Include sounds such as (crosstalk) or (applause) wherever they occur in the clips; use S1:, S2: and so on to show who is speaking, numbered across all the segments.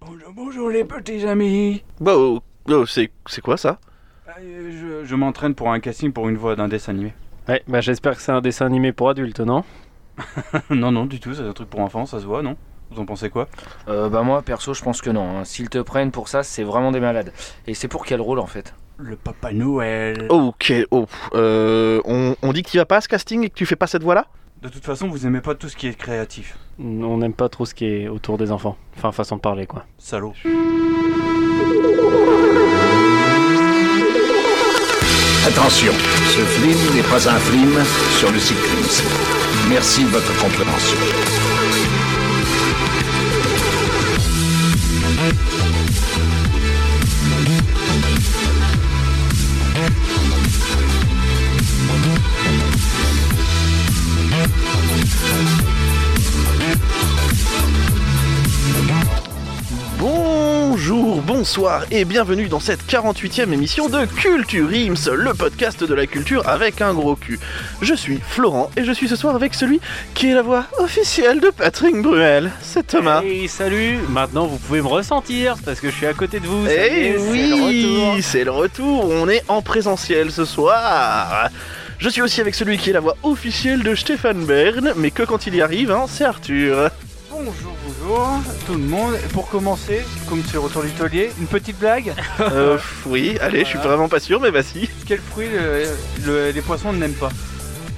S1: Bonjour, bonjour les petits amis.
S2: Bah, oh, oh, c'est c'est quoi ça
S1: Euh, Je, je m'entraîne pour un casting pour une voix d'un dessin animé. (laughs)
S3: Ouais, bah j'espère que c'est un dessin animé pour adultes, non
S1: non, non, du tout, c'est un truc pour enfants, ça se voit, non Vous en pensez quoi
S4: Euh, bah moi perso je pense que non. hein. S'ils te prennent pour ça, c'est vraiment des malades. Et c'est pour quel rôle en fait
S1: Le Papa Noël.
S2: Ok, oh, pff, euh, on, on dit que tu vas pas à ce casting et que tu fais pas cette voix-là
S1: De toute façon, vous aimez pas tout ce qui est créatif.
S3: On n'aime pas trop ce qui est autour des enfants. Enfin, façon de parler, quoi.
S1: Salaud.
S5: Attention, ce film n'est pas un film sur le cyclisme. Merci de votre compréhension.
S2: Bonjour, bonsoir et bienvenue dans cette 48e émission de Culture Ims, le podcast de la culture avec un gros cul. Je suis Florent et je suis ce soir avec celui qui est la voix officielle de Patrick Bruel, c'est Thomas.
S3: Hey, salut Maintenant, vous pouvez me ressentir, parce que je suis à côté de vous. ça
S2: Eh
S3: y est, c'est le retour.
S2: oui, c'est le retour, on est en présentiel ce soir. Je suis aussi avec celui qui est la voix officielle de Stéphane Bern, mais que quand il y arrive, hein, c'est Arthur.
S1: Bonjour, bonjour tout le monde. Pour commencer, comme c'est retour l'italier, une petite blague.
S2: Euh, pff, oui, allez, je suis vraiment pas sûr, mais vas-y.
S1: (laughs) Quel fruit le- le- les poissons n'aiment pas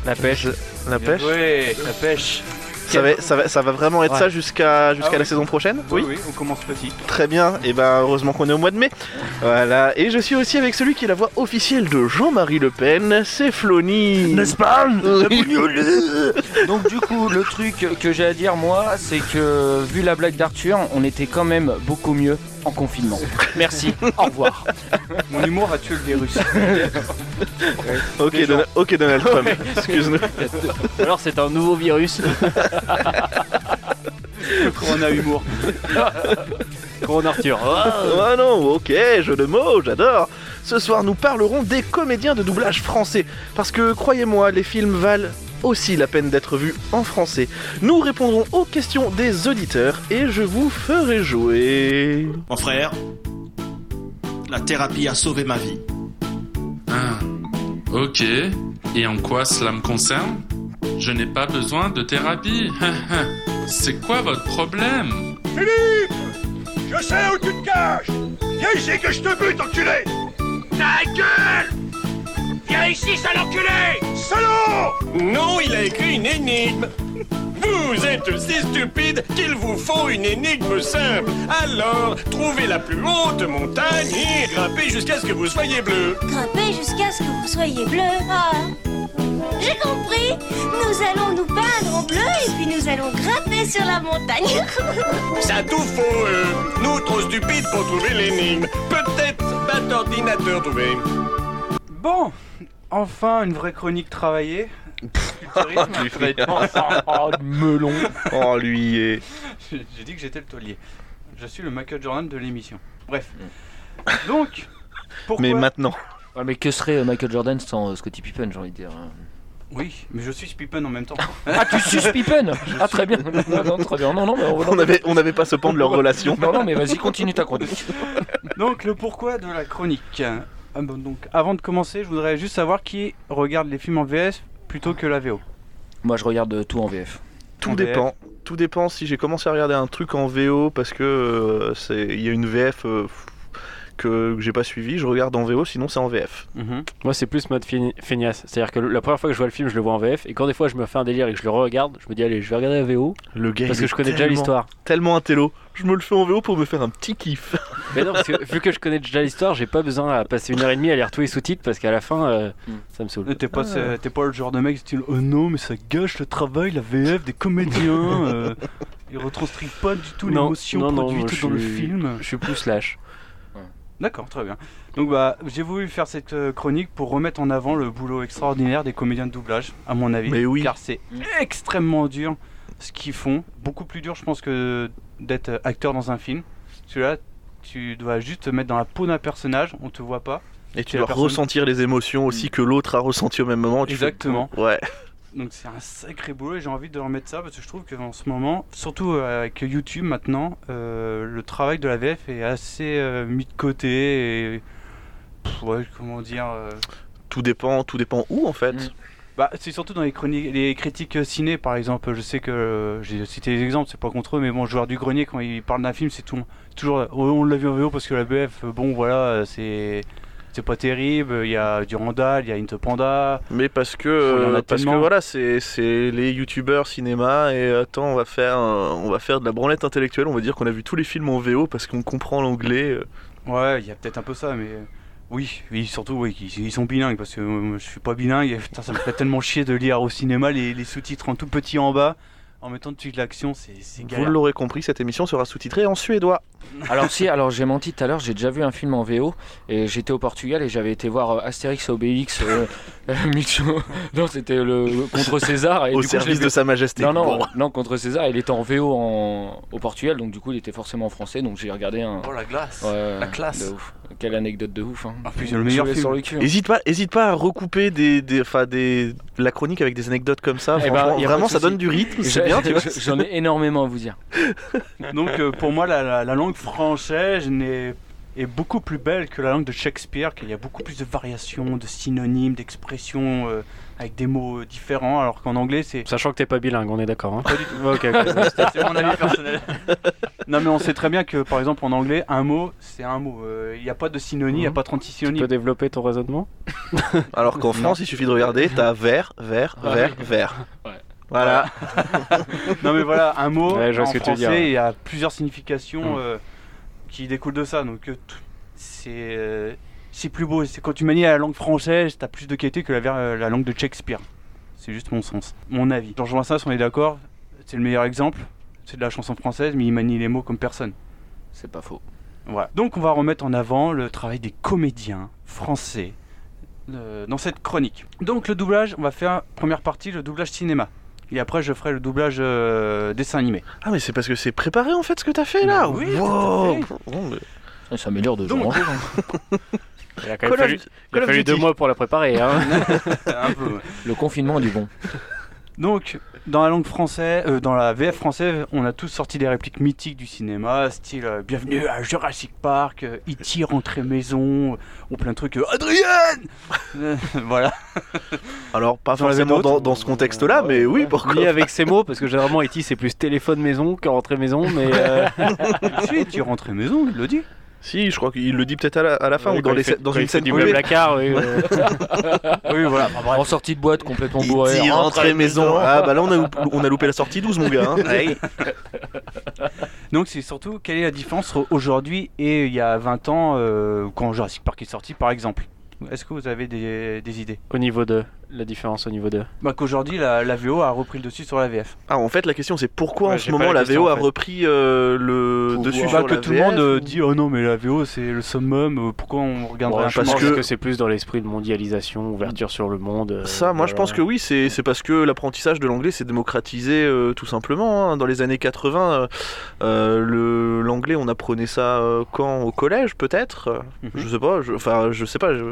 S3: La pêche.
S2: La pêche
S1: Ouais, la pêche.
S2: ça va, ça, va, ça va vraiment être
S3: Ouais.
S2: ça jusqu'à jusqu'à
S1: Ah oui.
S2: la saison prochaine
S1: Oui, oui, on commence petit.
S2: Très bien, et ben heureusement qu'on est au mois de mai. Voilà, et je suis aussi avec celui qui est la voix officielle de Jean-Marie Le Pen, c'est Flony. N'est-ce pas
S4: Donc du coup le truc que j'ai à dire moi c'est que vu la blague d'Arthur on était quand même beaucoup mieux en confinement. Merci, (laughs) au revoir.
S1: Mon humour a tué le virus.
S2: (laughs) Ok,
S1: Des gens.
S2: Dona- ok, Donald Trump, excuse-nous.
S3: Alors, c'est un
S2: (laughs)
S3: nouveau virus.
S1: on a humour.
S3: Gros Arthur.
S2: Ah non, ok, jeu de mots, j'adore. Ce soir, nous parlerons des comédiens de doublage français. Parce que, croyez-moi, les films valent aussi la peine d'être vus en français. Nous répondrons aux questions des auditeurs et je vous ferai jouer.
S6: Mon frère, la thérapie a sauvé ma vie.
S7: Ah, ok. Et en quoi cela me concerne Je n'ai pas besoin de thérapie. (laughs) C'est quoi votre problème
S8: Je sais où tu te caches Viens ici que je te bute, enculé Ta gueule Viens ici, sale enculé Salaud
S9: Non, il a écrit une énigme. Vous êtes si stupide qu'il vous faut une énigme simple. Alors, trouvez la plus haute montagne et grimpez jusqu'à ce que vous soyez bleu.
S10: Grimpez jusqu'à ce que vous soyez bleu. Ah. J'ai compris. Nous allons nous peindre en bleu et puis nous allons grimper sur la montagne.
S9: Ça tout faux, euh, nous trop stupides pour trouver l'énigme. Peut-être pas d'ordinateur trouvé.
S1: Bon, enfin une vraie chronique travaillée.
S3: Ah,
S2: lui,
S1: Culturisme,
S3: Oh, le melon.
S2: Oh, lui et...
S1: J'ai (laughs) j'ai dit que j'étais le taulier. Je suis le Michael Jordan de l'émission. Bref. Donc, pourquoi
S2: Mais maintenant.
S4: Ouais, mais que serait euh, Michael Jordan sans euh, Scottie Pippen j'ai envie de dire. hein.
S1: Oui, mais je suis Pippen en même temps. (laughs)
S4: Ah tu suces Pippen Ah très bien. Non, non, très bien. Non non mais on va-
S2: On avait, on avait pas cependant de leur relation.
S4: Non, non, mais vas-y, continue ta chronique.
S1: Donc, le pourquoi de la chronique. Ah bon, donc, avant de commencer, je voudrais juste savoir qui regarde les films en VS plutôt que la VO.
S4: Moi, je regarde euh, tout en VF.
S2: Tout
S1: En
S2: dépend. Tout dépend si j'ai commencé à regarder un truc en VO parce que euh, c'est- il y a une VF euh, que que j'ai pas suivi, je regarde en VO, sinon c'est en VF.
S3: Moi, c'est plus mode feign- feignasse. C'est-à-dire que le- la première fois que je vois le film, je le vois en VF. Et quand des fois, je me fais un délire et que je le regarde, je me dis, allez, je vais regarder la VO.
S2: Le gars
S3: Parce
S2: il
S3: que
S2: est
S3: je connais déjà
S2: tellement-
S3: l'histoire.
S2: Tellement un télo. Je me le fais en VO pour me faire un petit kiff.
S3: Mais non, parce que vu que je connais déjà l'histoire, j'ai pas besoin à passer une heure et demie à lire tous les sous-titres parce qu'à la fin, euh,
S4: Mm.
S3: ça me saoule.
S1: Euh, T'es pas, ce- t'es pas le genre de mec style Oh non, mais ça gâche le travail, la VF des
S3: (laughs)
S1: comédiens. euh, ils retranscrivent pas du tout
S3: Non,
S1: l'émotion
S3: non, non,
S1: produite
S3: je
S1: dans le
S3: suis-
S1: film.
S3: Je suis plus lâche.
S1: D'accord, très bien. Donc bah, j'ai voulu faire cette euh, chronique pour remettre en avant le boulot extraordinaire des comédiens de doublage, à mon avis.
S2: Mais oui.
S1: Car c'est
S4: Mm.
S1: extrêmement dur ce qu'ils font. Beaucoup plus dur, je pense, que d'être euh, acteur dans un film. Celui-là, tu dois juste te mettre dans la peau d'un personnage, on te voit pas.
S2: Et Mm. tu
S1: la
S2: dois
S1: personne-
S2: ressentir les émotions aussi que l'autre a ressenti au même moment. tu fais- oh,
S1: Exactement.
S2: Ouais.
S1: Donc c'est un sacré boulot et j'ai envie de remettre ça parce que je trouve que en ce moment, surtout euh, avec YouTube maintenant, euh, le travail de la VF est assez euh, mis de côté et pff, ouais, comment dire. euh,
S2: Tout dépend, tout dépend où en
S3: Mm.
S2: fait.
S1: bah, c'est surtout dans les, chroniques, les critiques euh, ciné, par exemple. Je sais que euh, j'ai cité des exemples, c'est pas contre eux, mais bon, Joueur du Grenier, quand il parle d'un film, c'est tout, toujours euh, Oh, on l'a vu en VO parce que la BF, euh, bon voilà, euh, c'est c'est pas terrible. Il y a Durandal, il y a Inte Panda.
S2: Mais parce que,
S1: Il y en a
S2: euh, parce que
S1: tellement.
S2: voilà, c'est c'est les youtubeurs cinéma et attends, on va faire, euh, on va faire de la branlette intellectuelle, on va dire qu'on a vu tous les films en VO parce qu'on comprend l'anglais. euh.
S1: Ouais, il y a peut-être un peu ça, mais. euh, Oui, oui, surtout, oui, ils, ils sont bilingues parce que euh, je suis pas bilingue. et putain, ça me fait tellement chier de lire au cinéma les, les sous-titres en tout petit en bas en mettant dessus de l'action, c'est c'est
S2: Vous
S1: galère.
S2: l'aurez compris, cette émission sera sous-titrée en suédois.
S4: Alors si, alors j'ai menti tout à l'heure, j'ai déjà vu un film en VO et j'étais au Portugal et j'avais été voir euh, Astérix Obélix euh, (laughs) euh, Micho- Non, c'était le le- contre César et
S2: Au
S4: du coup, je l'ai
S2: service
S4: vu.
S2: de Sa Majesté.
S4: Non non,
S2: Bon.
S4: non contre César, il était en VO en- au Portugal donc du coup il était forcément en français donc j'ai regardé un
S1: Oh la glace,
S4: Ouais,
S1: la classe.
S4: de ouf. Quelle anecdéote de ouf hein.
S1: En plus, c'est le meilleur
S4: Sauvé
S1: film.
S4: sur le cul. hein.
S2: Hésite pas, hésite pas à recouper des, des, enfin, des, la chronique avec des anecdotes comme ça.
S4: Eh ben,
S2: franchement,
S4: y a pas
S2: vraiment,
S4: de
S2: ça
S4: souci.
S2: donne du rythme, c'est
S4: J'ai- (laughs)
S2: bien, tu vois.
S4: J'en ai énormément à vous dire.
S1: Donc euh, pour moi, la, la- la langue française n'est- est beaucoup plus belle que la langue de Shakespeare, qu'il y a beaucoup plus de variations, de synonymes, d'expressions euh, avec des mots euh, différents, alors qu'en anglais (laughs) c'est
S3: Sachant que t'es pas bilingue, on est d'accord. Hein.
S1: pas du tout.
S3: Ok, ok.
S1: C'est mon avis personnel. Non mais on sait très bien que par exemple en anglais, un mot c'est un mot. Euh, Il n'y a pas de synonyme, il n'y a
S3: Mhm.
S1: pas 36
S3: (laughs) tu
S1: synonymes.
S3: peux développer ton raisonnement
S2: Alors qu'en France, il suffit de regarder, t'as vert, vert,
S4: Ouais.
S2: vert, vert.
S4: Ouais.
S2: Voilà.
S1: (laughs) Non mais voilà, un mot
S3: Ouais, je vois
S1: en
S3: ce que tu
S1: français,
S3: veux dire, ouais.
S1: il y a plusieurs significations
S3: Mm.
S1: euh, qui découlent de ça. Donc euh, tout- c'est euh, c'est plus beau. C'est quand tu manies la langue française, t'as plus de qualité que la, ver- euh, la langue de Shakespeare. C'est juste mon sens, mon avis. Georges Brassens, on est d'accord, c'est le meilleur exemple. C'est de la chanson française, mais il manie les mots comme personne.
S4: C'est pas faux.
S1: Voilà. Donc on va remettre en avant le travail des comédiens français euh, dans cette chronique. Donc le doublage, on va faire première partie le doublage cinéma. Et après je ferai le doublage euh, dessin animé.
S2: Ah, mais c'est parce que c'est préparé en fait ce que t'as fait là.
S1: Bah oui,
S2: Wow.
S1: tout
S2: Bon, mais-
S4: Ça s'améliore de
S1: Donc,
S4: jour en jour. hein.
S3: Il a quand
S2: Call
S3: même
S2: of-
S3: fallu, il a
S2: Call of
S3: fallu deux
S2: Duty.
S3: mois pour la préparer. Hein.
S1: (laughs) Un peu, ouais.
S4: Le confinement est du bon.
S1: Donc, dans la langue française, euh, dans la VF française, on a tous sorti des répliques mythiques du cinéma, style euh, Bienvenue à Jurassic Park, euh, E.T. rentrée maison, euh, ou plein de trucs, euh, (laughs) Adrienne Euh, Voilà.
S2: Alors, pas
S1: Dans la
S2: forcément
S1: vidéo,
S2: dans, dans ce contexte-là, mais oui, pourquoi
S3: Ni avec ces mots, parce que généralement, E.T. c'est plus téléphone maison que rentrée maison, mais.
S2: (laughs)
S3: euh,
S1: si, E.T. rentrée maison, il le dit.
S2: Si, je crois qu'il le dit peut-être à la, à la fin
S3: ouais,
S2: ou dans,
S3: quand
S2: les
S3: il fait-
S2: scè- dans
S3: quand
S2: une
S3: il fait
S2: scène
S3: du
S2: coupée. (laughs)
S3: blablacar, oui, euh,
S1: Oui, voilà. Enfin, Ah, bref.
S4: En sortie de boîte, complètement bourré. hein
S2: Il dit rentrer maison. Ah, bah là, on a, loupé- on a loupé la sortie 12, mon
S1: (laughs)
S2: gars. (laughs) hein.
S1: Donc, c'est surtout quelle est la différence entre aujourd'hui et il y a 20 ans, euh, quand Jurassic Park est sorti, par exemple Est-ce que vous avez des, des idées
S3: Au niveau 2, la différence au niveau 2.
S1: Bah, qu'aujourd'hui, la, la VO a repris le dessus sur la VF.
S2: Ah, en fait, la question, c'est pourquoi
S3: Ouais,
S2: en ce
S3: j'ai pas
S2: moment
S3: la
S2: la
S3: question,
S2: VO
S3: en
S2: a
S3: fait.
S2: repris euh, le
S1: Pour
S2: dessus
S1: voir.
S2: sur
S1: Bah, que
S2: la
S1: tout le monde euh,
S2: VF, ou-
S1: dit oh non mais la VO c'est le summum euh, pourquoi on regarderait
S3: Ouais,
S1: un
S3: je
S2: parce
S3: pense
S2: que-
S3: que, c'est plus dans l'esprit de mondialisation, ouverture sur le monde. euh,
S2: Ça, moi je
S3: voilà.
S2: pense que oui, c'est c'est parce que l'apprentissage de l'anglais s'est démocratisé euh, tout simplement. hein. Dans les années 80, euh, euh, le- l'anglais, on apprenait ça euh, quand Au collège peut-être
S1: Mhm.
S2: Je sais pas, je- enfin je sais pas. je-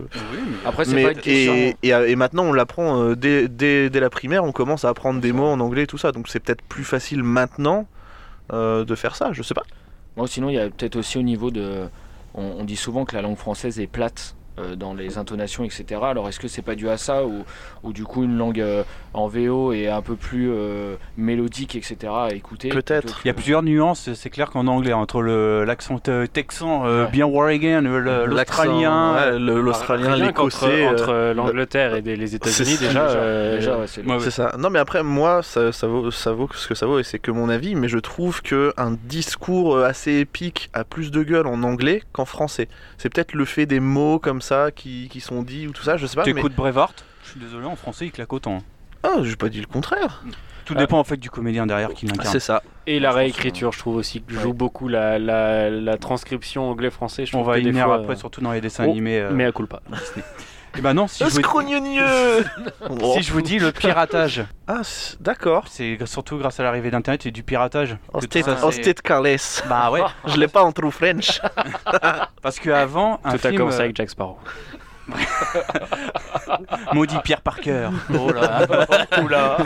S4: Après, c'est
S2: Mais-
S4: pas une question.
S2: et, et, et maintenant on l'apprend euh, dès, dès- dès la primaire, on commence à apprendre des mots en anglais et tout ça. Donc c'est peut-être plus facile maintenant euh, de faire ça, je sais pas.
S4: Moi, sinon, il y a peut-être aussi au niveau de. On, on dit souvent que la langue française est plate euh, dans les intonations, etc. Alors, est-ce que c'est pas dû à ça ou, ou du coup une langue euh, en VO est un peu plus euh, mélodique, etc. à écouter
S2: Peut-être.
S4: plutôt que-
S1: Il y a plusieurs nuances, c'est clair qu'en anglais, entre le- l'accent euh, texan, euh,
S4: Ouais.
S1: bien Warrigan, euh, le- l'australien.
S2: L'accent, ouais, le- l'australien,
S3: Rien qu'entre-
S2: l'écossais. euh,
S3: Entre, euh, l'Angleterre et des- les États-Unis,
S2: ça,
S3: déjà.
S4: déjà,
S3: euh,
S4: déjà, ouais, c'est
S1: Ouais, ouais.
S2: C'est ça. Non, mais après, moi, ça, ça vaut, ça vaut ce que ça vaut et c'est que mon avis, mais je trouve que un discours euh, assez épique a plus de gueule en anglais qu'en français. C'est peut-être le fait des mots comme ça qui, qui sont dits ou tout ça, je sais pas. Mais...
S1: T'écoutes Brevart, je suis désolé, en français il claque autant. hein.
S2: Ah, j'ai pas dit le contraire.
S1: Tout
S3: Ah.
S1: dépend en fait du comédien derrière qui
S2: Ah,
S1: l'incarne.
S2: c'est ça.
S3: Et la
S4: Je pense,
S3: réécriture, je trouve aussi que
S4: Ouais.
S3: joue beaucoup la, la, la transcription anglais-français. je
S1: On
S3: trouve
S1: va
S3: que
S1: y
S3: des
S1: venir
S3: fois,
S1: après,
S3: euh,
S1: surtout dans les dessins
S3: oh,
S1: animés. euh,
S3: Mais à coup pas.
S1: Et ben non,
S2: (laughs)
S1: si je, vous...
S2: Scrognonieux Oh.
S1: si je vous dis le piratage,
S2: Ah, c'est- d'accord.
S1: c'est surtout grâce à l'arrivée d'internet et du piratage. que tout
S2: Hosted
S1: ça, c'est-
S2: hosted Carles.
S1: Bah ouais,
S2: Je l'ai pas en true French.
S1: parce qu'avant, un
S3: Tout a
S1: film.
S3: commencé
S1: euh,
S3: avec Jack Sparrow.
S1: Maudit Pierre Parker. Oh
S3: (laughs)
S1: là.
S3: Oula.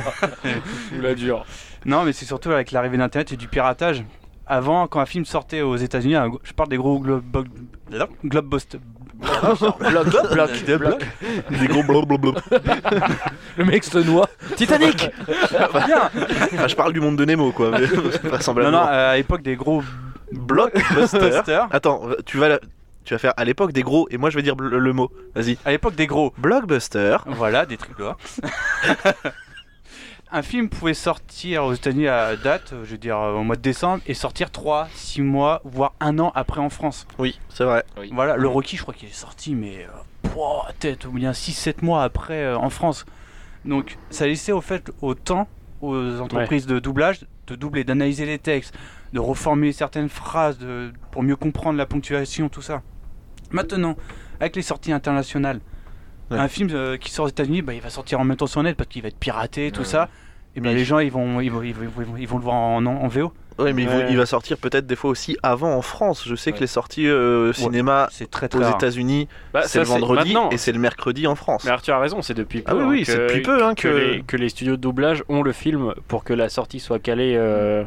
S3: Oula dur.
S1: Non, mais c'est surtout avec l'arrivée d'Internet et du piratage. Avant, quand un film sortait aux États-Unis, un gros- je parle des gros globe blockbusters.
S2: Des gros blablabla.
S4: Le mec se noie.
S1: Titanic. (laughs) Bien.
S2: Enfin, je parle du monde de Nemo, quoi. Mais, (laughs)
S3: Bah
S1: Non,
S2: vraisemblablement.
S1: non, euh, à l'époque des gros
S2: Blockbuster.
S1: blockbusters.
S2: Attends, tu vas, la- tu vas faire à l'époque des gros, et moi je vais dire bl- le mot. Vas-y.
S1: À l'époque des gros.
S2: Blockbuster.
S1: Voilà, des trucs là. (laughs) Un film pouvait sortir aux États-Unis à date, je veux dire euh, au mois de décembre, et sortir 3, 6 mois, voire un an après en France.
S2: Oui, c'est vrai.
S1: Voilà, le Rocky, je crois qu'il est sorti, mais euh, pouah, peut-être au bien 6-7 mois après euh, en France. Donc, ça laissait au fait au temps aux entreprises de doublage de doubler, d'analyser les textes, de reformuler certaines phrases de- pour mieux comprendre la ponctuation, tout ça. Maintenant, avec les sorties internationales,
S2: Ouais.
S1: un film euh, qui sort aux États-Unis, bah, il va sortir en même temps sur net parce qu'il va être piraté, tout
S4: Ouais,
S1: ça. Et bien
S2: Mais
S1: les
S2: je-
S1: gens, ils vont, ils vont, ils vont, ils vont- ils vont le voir en, en VO.
S2: Ouais, mais il va-
S3: Ouais.
S2: il va sortir peut-être des fois aussi avant en France. Je sais que
S4: Ouais.
S2: les sorties euh, cinéma
S1: C'est très très
S2: aux
S1: rare.
S2: États-Unis,
S3: Bah,
S2: c'est
S3: ça,
S2: le vendredi
S3: maintenant.
S2: et c'est le mercredi en France.
S3: Mais Arthur a raison, c'est depuis peu.
S2: Ah oui,
S3: hein,
S2: oui,
S3: que-
S2: c'est depuis peu hein,
S3: que, les, que les studios de doublage ont le film pour que la sortie soit calée. euh,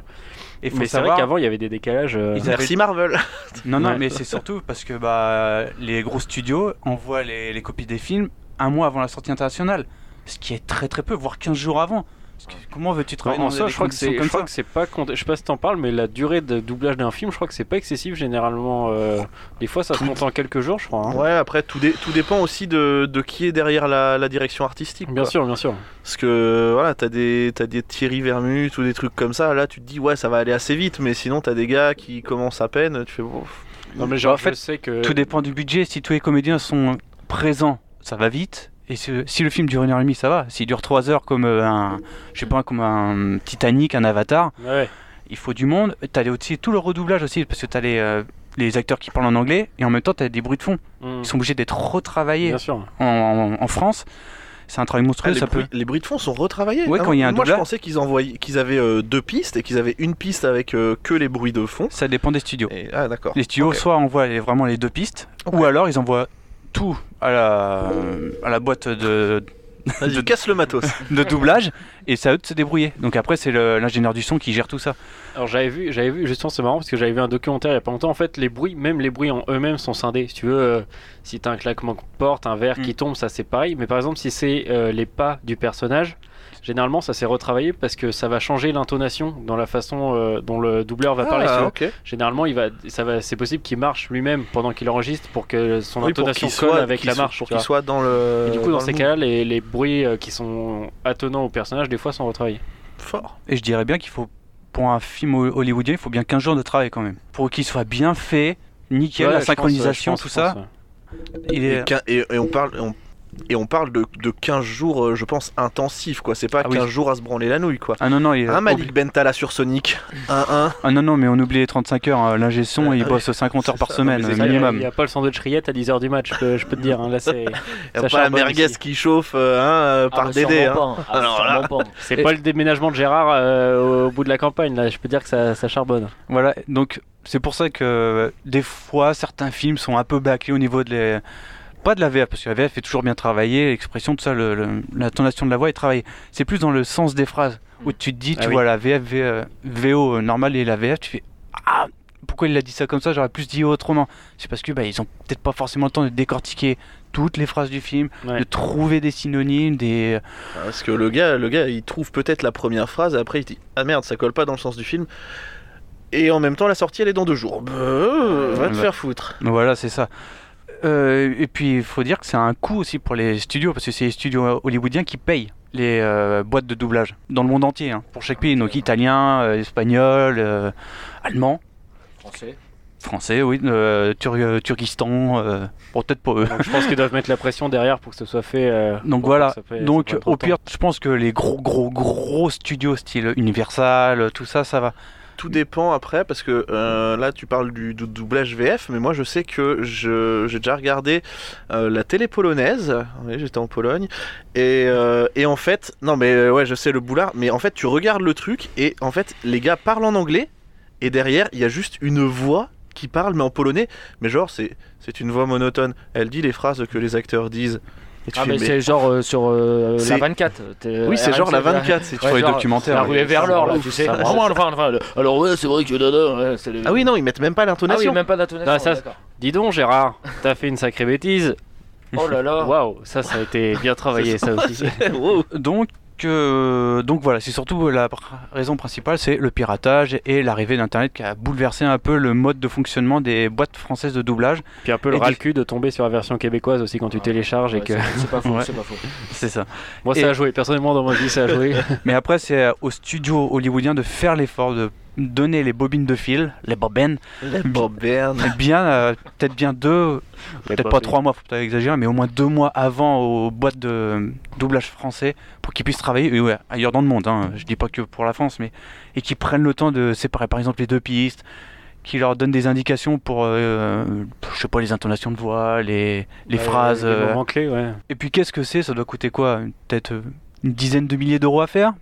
S1: Et faut
S3: Mais c'est vrai
S1: savoir,
S3: qu'avant il y avait des décalages. euh,
S1: Ils avaient-
S2: Merci Marvel.
S1: Non, non,
S3: Ouais.
S1: mais c'est surtout parce que bah, les gros studios envoient les, les copies des films un mois avant la sortie internationale, ce qui est très très peu, voire 15 jours avant. Parce que comment veux-tu travailler
S3: en
S1: dans
S3: en soi,
S1: des
S3: je crois que
S1: conditions
S3: c'est, je
S1: comme
S3: crois
S1: ça
S3: que c'est pas, compté- je sais pas si t'en parles, mais la durée de doublage d'un film, je crois que c'est pas excessif généralement. euh, Des fois, ça se compte en quelques jours, je crois. hein.
S2: Ouais, après tout, dé- tout dépend aussi de, de qui est derrière la, la direction artistique.
S3: Bien
S2: quoi.
S3: sûr, bien sûr.
S2: Parce que voilà, t'as des, t'as des Thierry Vermut ou des trucs comme ça. Là, tu te dis, ouais, ça va aller assez vite, mais sinon, t'as des gars qui commencent à peine. Tu fais, bon,
S3: Non, mais genre,
S1: en fait,
S3: je sais que
S1: Tout dépend du budget. Si tous les comédiens sont présents, ça va vite. Et si, si le film dure une heure et demie, ça va. S'il dure trois heures comme euh, un, je sais pas, comme un Titanic, un Avatar,
S3: Ouais.
S1: il faut du monde. T'as les- aussi tout le redoublage aussi, parce que t'as les, euh, les acteurs qui parlent en anglais et en même temps t'as des bruits de fond.
S3: Mm.
S1: Ils sont obligés d'être retravaillés.
S3: Bien sûr.
S1: en, en- en France. C'est un travail
S2: Ah,
S1: monstrueux,
S2: les,
S1: ça peut.
S2: bruits, les bruits de fond sont retravaillés.
S1: Ouais,
S2: Ah,
S1: quand il y a un
S2: Moi, je
S1: doublage.
S2: pensais qu'ils envoyaient, qu'ils avaient euh, deux pistes et qu'ils avaient une piste avec euh, que les bruits de fond.
S1: Ça dépend des studios.
S2: Et- ah, d'accord.
S1: Les studios,
S2: Ok.
S1: soit envoient les- vraiment les deux pistes,
S2: Ok.
S1: ou alors ils envoient tout à la, à la boîte de,
S2: Vas-y, casse le matos.
S1: de doublage, et c'est à eux de se débrouiller. Donc après, c'est le- l'ingénieur du son qui gère tout ça.
S3: Alors j'avais vu, j'avais vu justement c'est marrant parce que j'avais vu un documentaire il y a pas longtemps. En fait, les bruits, même les bruits en eux-mêmes sont scindés. Si tu veux, euh, si t'as un claquement de porte, un verre qui tombe, ça c'est pareil. Mais par exemple, si c'est euh, les pas du personnage, généralement ça s'est retravaillé parce que ça va changer l'intonation dans la façon euh, dont le doubleur va parler. tu
S2: Ah,
S3: vois.
S2: ok.
S3: Généralement, il va, ça va, c'est possible qu'il marche lui-même pendant qu'il enregistre pour que son
S2: Oui, pour
S3: intonation
S2: qu'ils
S3: colle
S2: soient
S3: avec
S2: qu'ils
S3: la
S2: soient-
S3: marche.
S2: Pour
S3: tu
S2: qu'ils
S3: vois.
S2: soient euh, dans le.
S3: Et du coup, dans
S2: le
S3: ces
S2: mood.
S3: cas-là, les, les bruits euh, qui sont attenants au personnage, des fois, sont retravaillés.
S2: Fort.
S1: Et je dirais bien qu'il faut, pour un film ho- hollywoodien, il faut bien 15 jours de travail quand même. Pour qu'il soit bien fait, nickel,
S3: Ouais,
S1: la
S3: je pense,
S1: synchronisation,
S3: je pense,
S1: tout
S3: je
S1: ça.
S3: pense, ouais.
S1: Il
S2: Et,
S1: est...
S2: quin- et- et on parle. on- Et on parle de, de 15 jours, euh, je pense, intensifs, quoi. C'est pas
S1: Ah oui.
S2: 15 jours à se branler la nouille, quoi.
S1: Ah non, non, il est
S2: Un
S1: obli-
S2: Malik Bentala sur Sonic. Un, un.
S1: ah non, non, mais on oublie les 35 heures. hein. L'ingé son,
S2: Euh,
S1: il
S2: ouais.
S1: bosse 50 heures par
S2: C'est ça, non,
S1: semaine, hein,
S2: mais c'est
S3: Ça, il y a- Il
S1: minimum.
S3: n'y a pas le sandwich rillette à 10h du match, je peux, je peux te dire. hein. Là, (laughs) c'est,
S2: Y a
S3: Ça
S2: pas la
S3: charbonne
S2: merguez
S3: ici.
S2: qui chauffe euh, hein, euh,
S4: Ah,
S2: par
S4: bah,
S2: Dédé. hein. (laughs)
S4: sûrement pas, hein. Ah,
S2: Alors là.
S4: sûrement pas.
S3: c'est pas le déménagement de Gérard euh, au bout de la campagne. Là, je peux dire que ça, ça charbonne.
S1: Voilà, donc c'est pour ça que euh, des fois certains films sont un peu bâclés au niveau de les. Pas de la VF, parce que la VF est toujours bien travaillée, l'expression, tout ça, le- le- l'intonation de la voix est travaillée. C'est plus dans le sens des phrases, où tu te dis,
S3: Ah
S1: tu
S3: oui.
S1: vois la VF, V- euh, VO normale et la VF, tu fais Ah Pourquoi il a dit ça comme ça J'aurais plus dit autrement. C'est parce que bah, ils ont peut-être pas forcément le temps de décortiquer toutes les phrases du film,
S3: Ouais.
S1: de trouver des synonymes, des.
S2: Parce que le gars, le gars, il trouve peut-être la première phrase, et après il dit ah merde, ça colle pas dans le sens du film. Et en même temps, la sortie elle est dans deux jours. Bah, euh, va te
S1: Bah.
S2: faire foutre.
S1: Voilà, c'est ça. Euh, et puis, il faut dire que c'est un coût aussi pour les studios, parce que c'est les studios hollywoodiens qui payent les euh, boîtes de doublage dans le monde entier, hein, pour chaque pays. Donc, italien, euh, espagnol, euh, allemand,
S4: Français.
S1: français, oui, euh, Tur- euh, Turkistan, euh, bon, peut-être pas eux.
S3: Donc, je pense qu'ils doivent mettre la pression derrière pour que ce soit fait. euh,
S1: Donc
S3: pour
S1: voilà.
S3: que ça fait- ça
S1: Donc,
S3: prenne trop
S1: au
S3: de temps.
S1: pire, je pense que les gros, gros, gros studios style Universal, tout ça, ça va.
S2: Tout dépend après, parce que euh, là tu parles du, du doublage VF, mais moi je sais que je- j'ai déjà regardé euh, la télé polonaise. Oui, j'étais en Pologne. Et, euh, et en fait, non mais euh, ouais, je sais le boulard, mais en fait tu regardes le truc et en fait les gars parlent en anglais et derrière il y a juste une voix qui parle, mais en polonais. Mais genre, c'est c'est une voix monotone. Elle dit les phrases que les acteurs disent. Et tu
S4: Ah,
S2: fais,
S4: mais c'est euh, genre euh, sur euh, la
S2: C'est-
S4: 24. t'es-
S2: Oui, c'est
S4: RMC,
S2: genre la
S4: t'as-
S2: 24, si tu
S4: Ouais,
S2: vois les
S4: genre,
S2: documentaires.
S4: La rue est vers l'or, là, tu sais.
S2: Ça me-
S4: Vraiment, enfin, enfin, le- Alors, ouais, c'est vrai que. dada, ouais, c'est le-
S2: Ah oui, non, ils mettent même pas
S4: Ah oui,
S2: l'intonation.
S4: même pas
S3: Non,
S4: d'intonation.
S3: ça,
S4: ouais, d'accord.
S3: Dis donc, Gérard, t'as fait une sacrée bêtise.
S4: Oh
S3: (laughs)
S4: là là.
S3: Waouh, ça, ça a été bien travaillé, ça aussi.
S2: (laughs) Wow.
S1: Donc, euh, donc voilà, c'est surtout la pr- raison principale, c'est le piratage et l'arrivée d'Internet qui a bouleversé un peu le mode de fonctionnement des boîtes françaises de doublage.
S3: Puis un peu le
S1: Et
S3: ras-le-cul de tomber sur la version québécoise aussi quand tu télécharges et
S4: Ouais,
S3: que.
S4: c'est-
S3: (laughs)
S4: C'est pas faux,
S1: Ouais.
S4: c'est pas faux.
S1: (laughs) C'est ça.
S3: Moi,
S1: Et-
S3: ça a joué. Personnellement, dans ma vie, ça a
S1: (laughs)
S3: joué.
S1: Mais après, c'est euh, aux studios hollywoodiens de faire l'effort de donner les bobines de fil, les bobines,
S2: Les bobernes.
S1: bien, euh, peut-être bien deux, peut-être pas
S3: bobines.
S1: trois mois, faut pas exagérer, mais au moins deux mois avant aux boîtes de doublage français pour qu'ils puissent travailler euh, ouais, ailleurs dans le monde. hein. Je dis pas que pour la France, mais et qu'ils prennent le temps de séparer par exemple les deux pistes, qu'ils leur donnent des indications pour, euh, je sais pas, les intonations de voix, les, les
S3: Ouais,
S1: phrases.
S3: Les
S1: euh,
S3: moments clés, ouais.
S1: et puis qu'est-ce que c'est Ça doit coûter quoi Peut-être euh, une dizaine de milliers d'euros à faire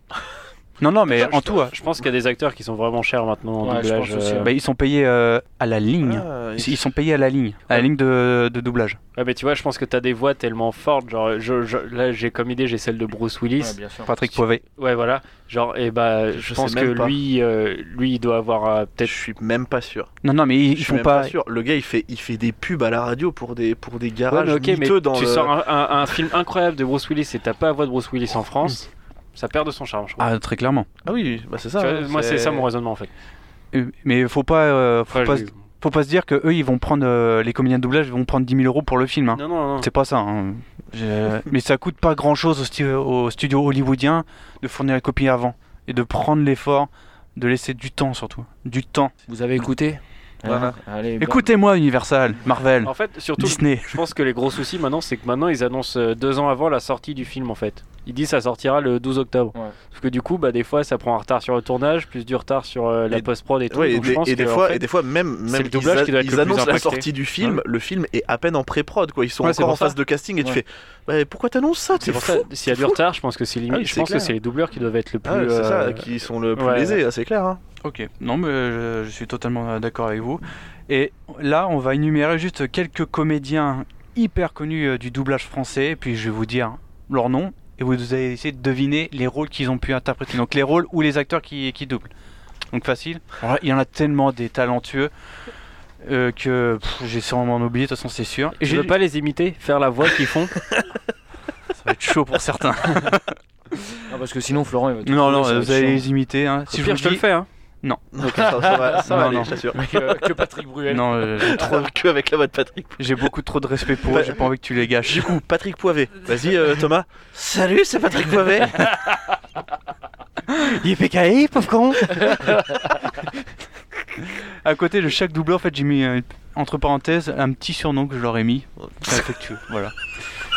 S1: Non, non, mais en tout. hein.
S3: Je pense qu'il y a des acteurs qui sont vraiment chers maintenant en
S4: Ouais, je
S3: doublage.
S4: pense aussi,
S3: euh.
S1: Bah, ils sont payés euh, à la ligne.
S2: Ah,
S1: Ils- Ils sont payés à la ligne, à la ligne de, de doublage.
S3: Ouais, mais tu vois, je pense que t'as des voix tellement fortes. Genre, je- je- là, j'ai comme idée, j'ai celle de Bruce Willis.
S4: Ouais, bien sûr.
S1: Patrick Poivet.
S3: Ouais, voilà. Genre, et bah, je,
S2: Je
S3: pense
S2: sais
S3: que
S2: même pas.
S3: lui, euh, lui, il doit avoir euh,
S2: Je
S3: peut-être.
S2: suis même pas sûr.
S1: Non, non, mais ils,
S2: je
S1: ils
S2: suis
S1: font
S2: même
S1: pas.
S2: pas sûr. Le gars, il fait, il fait des pubs à la radio pour des, pour des
S3: Ouais,
S2: garages
S3: mais ok, mais
S2: miteux dans
S3: tu
S2: le-
S3: sors un, un- un film incroyable de Bruce Willis et t'as pas la voix de Bruce Willis en France, ça perd de son charme, je trouve.
S1: Ah, très clairement.
S2: Ah oui, bah c'est
S3: Tu
S2: ça.
S3: vois,
S2: hein,
S3: moi, c'est ça mon raisonnement en fait.
S1: Euh, Mais faut pas, euh, faut,
S3: Enfin,
S1: pas
S3: je-
S1: se- faut pas se dire que eux, ils vont prendre euh, les comédiens de doublage, ils vont prendre 10 000 euros pour le film. hein.
S3: Non, non, non.
S1: C'est pas ça. hein.
S3: (laughs)
S1: Je- mais ça coûte pas grand chose au, stu- au studio hollywoodien de fournir la copie avant et de prendre l'effort, de laisser du temps surtout, du temps.
S4: Vous avez écouté
S1: Voilà.
S4: Hein Allez, bonne-
S1: Écoutez-moi Universal, Marvel,
S3: En fait, Ah, surtout,
S1: Disney.
S3: je pense que les gros soucis maintenant, c'est que maintenant ils annoncent euh, deux ans avant la sortie du film en fait. Ils disent ça sortira le 12 octobre.
S4: Ouais.
S3: Sauf que du coup, bah, des fois ça prend un retard sur le tournage, plus du retard sur euh, la
S2: Et-
S3: post-prod et tout.
S2: Ouais, et,
S3: Donc, je
S2: des,
S3: pense
S2: et des
S3: que, en
S2: fois,
S3: fait,
S2: et des fois, même,
S3: c'est
S2: même
S3: le doublage
S2: ils,
S3: qui doit être
S2: ils
S3: le plus
S2: annoncent la
S3: impacté.
S2: sortie du film, le film est à peine en pré-prod, quoi. Ils sont
S3: Ouais, c'est
S2: encore en
S3: pour ça.
S2: phase de casting et tu
S4: Ouais.
S2: fais, bah, pourquoi t'annonces ça
S3: c'est
S2: T'es
S3: pour
S2: fou
S3: ça, s'il y a du
S2: T'es fou
S3: retard, je pense que c'est limite.
S2: Ah oui,
S3: je
S2: c'est
S3: pense
S2: clair.
S3: que c'est les doubleurs qui doivent être le plus.
S2: Ah, c'est ça,
S3: euh,
S2: qui sont le plus
S3: ouais.
S2: lésés, ah, c'est
S3: (laughs)
S2: clair. hein.
S1: Ok, non mais euh, je, je suis totalement euh, d'accord avec vous. Et là, on va énumérer juste quelques comédiens hyper connus euh, du doublage français, et puis je vais vous dire leur nom, et vous allez essayer de deviner les rôles qu'ils ont pu interpréter, donc les rôles ou les acteurs qui, qui doublent. Donc facile. Alors là, il y en a tellement des talentueux euh, que pff, j'ai sûrement oublié, de toute façon c'est sûr. Et
S3: Je
S1: j'ai
S3: veux pas les imiter, faire la voix
S2: (laughs)
S3: qu'ils font.
S1: ça va être chaud pour certains.
S4: Non, parce que sinon, Florent, il va tout
S1: non, non,
S4: trouver, ça va
S1: vous
S4: être
S1: allez
S4: chiant.
S1: les imiter. Hein.
S3: Si
S1: vous
S3: je te le
S1: dis-
S3: fais, hein.
S2: ça, ça va, ça va
S1: Non,
S2: aller,
S1: non.
S2: je t'assure.
S4: Que, que Patrick Bruel.
S1: Non, euh, j'ai trop-
S2: (laughs) Que avec la voix de Patrick.
S1: j'ai beaucoup trop de respect pour eux, j'ai pas envie que tu les gâches.
S2: Du coup, Patrick Poivet. Vas-y, euh, Thomas. Salut, c'est Patrick Poivet.
S1: (laughs) YPKI, pauvre con À côté de chaque doubleur, en fait, j'ai mis euh, entre parenthèses un petit surnom que je leur ai mis. C'est affectueux, voilà.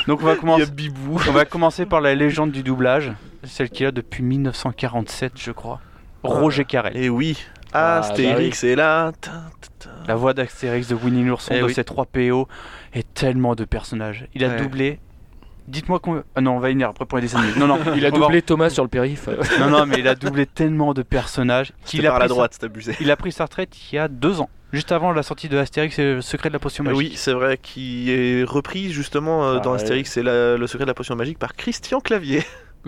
S1: Donc on
S2: (laughs)
S1: va
S2: Oh. Il y a
S1: commencer.
S2: Bibou.
S1: On va commencer par la légende du doublage, celle qu'il a depuis 1947, je crois.
S2: Ah.
S1: Roger Carrel,
S2: Et Eh oui,
S4: Ah,
S2: Astérix est là. Tin, tin, tin.
S1: la voix d'Astérix, de Winnie l'ourson,
S2: Ah. Eh
S1: de
S2: oui.
S1: ses 3 PO et tellement de personnages. Il a
S2: Ouais.
S1: doublé. Dites-moi qu'on. Ah non, on va y venir après pour les dessins animés. Non,
S2: (laughs)
S1: non,
S4: Il a
S1: on va-
S4: doublé Thomas sur le périph.
S1: Non, non, mais il a doublé tellement de personnages qu'il
S2: C'était
S1: a
S2: par la
S1: pris sa-
S2: droite, c'est abusé.
S1: Il a pris sa retraite il y a deux ans, juste avant la sortie de Astérix et le secret de la potion
S2: Euh,
S1: magique.
S2: Oui, c'est vrai, qui est repris justement euh,
S3: Ah,
S2: dans
S3: ouais.
S2: Astérix et la- le secret de la potion magique par Christian Clavier,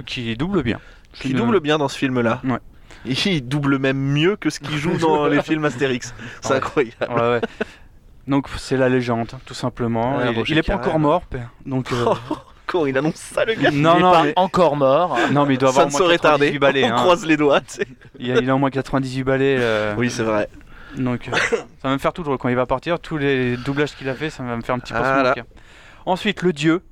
S1: Qui double bien.
S2: qui
S1: Une-
S2: double bien dans ce film-là.
S1: Ouais.
S2: Et il double même mieux que ce qu'il joue dans les films Astérix. C'est
S1: Ouais.
S2: incroyable.
S1: Ouais, ouais. Donc c'est la légende, hein, tout simplement.
S2: Ouais,
S1: il,
S2: Roger
S1: il est pas
S2: Carrel.
S1: encore mort, père. donc.
S2: (laughs)
S1: euh,
S2: Quand Oh, il annonce ça, le gars,
S1: non,
S4: il est
S1: non,
S4: pas
S1: mais...
S4: encore mort.
S1: non, mais il doit
S2: ça
S1: avoir
S2: ne
S1: au moins
S2: saurait
S1: 98
S2: tarder.
S1: balais.
S2: On
S1: hein.
S2: croise les doigts. tu sais.
S1: Il, a, il a au moins 98 balais. euh,
S2: Oui, c'est vrai.
S1: Donc euh, ça va me faire tout drôle quand il va partir. Tous les doublages qu'il a fait, ça va me faire un petit peu
S2: Ah là.
S1: Ensuite, le dieu,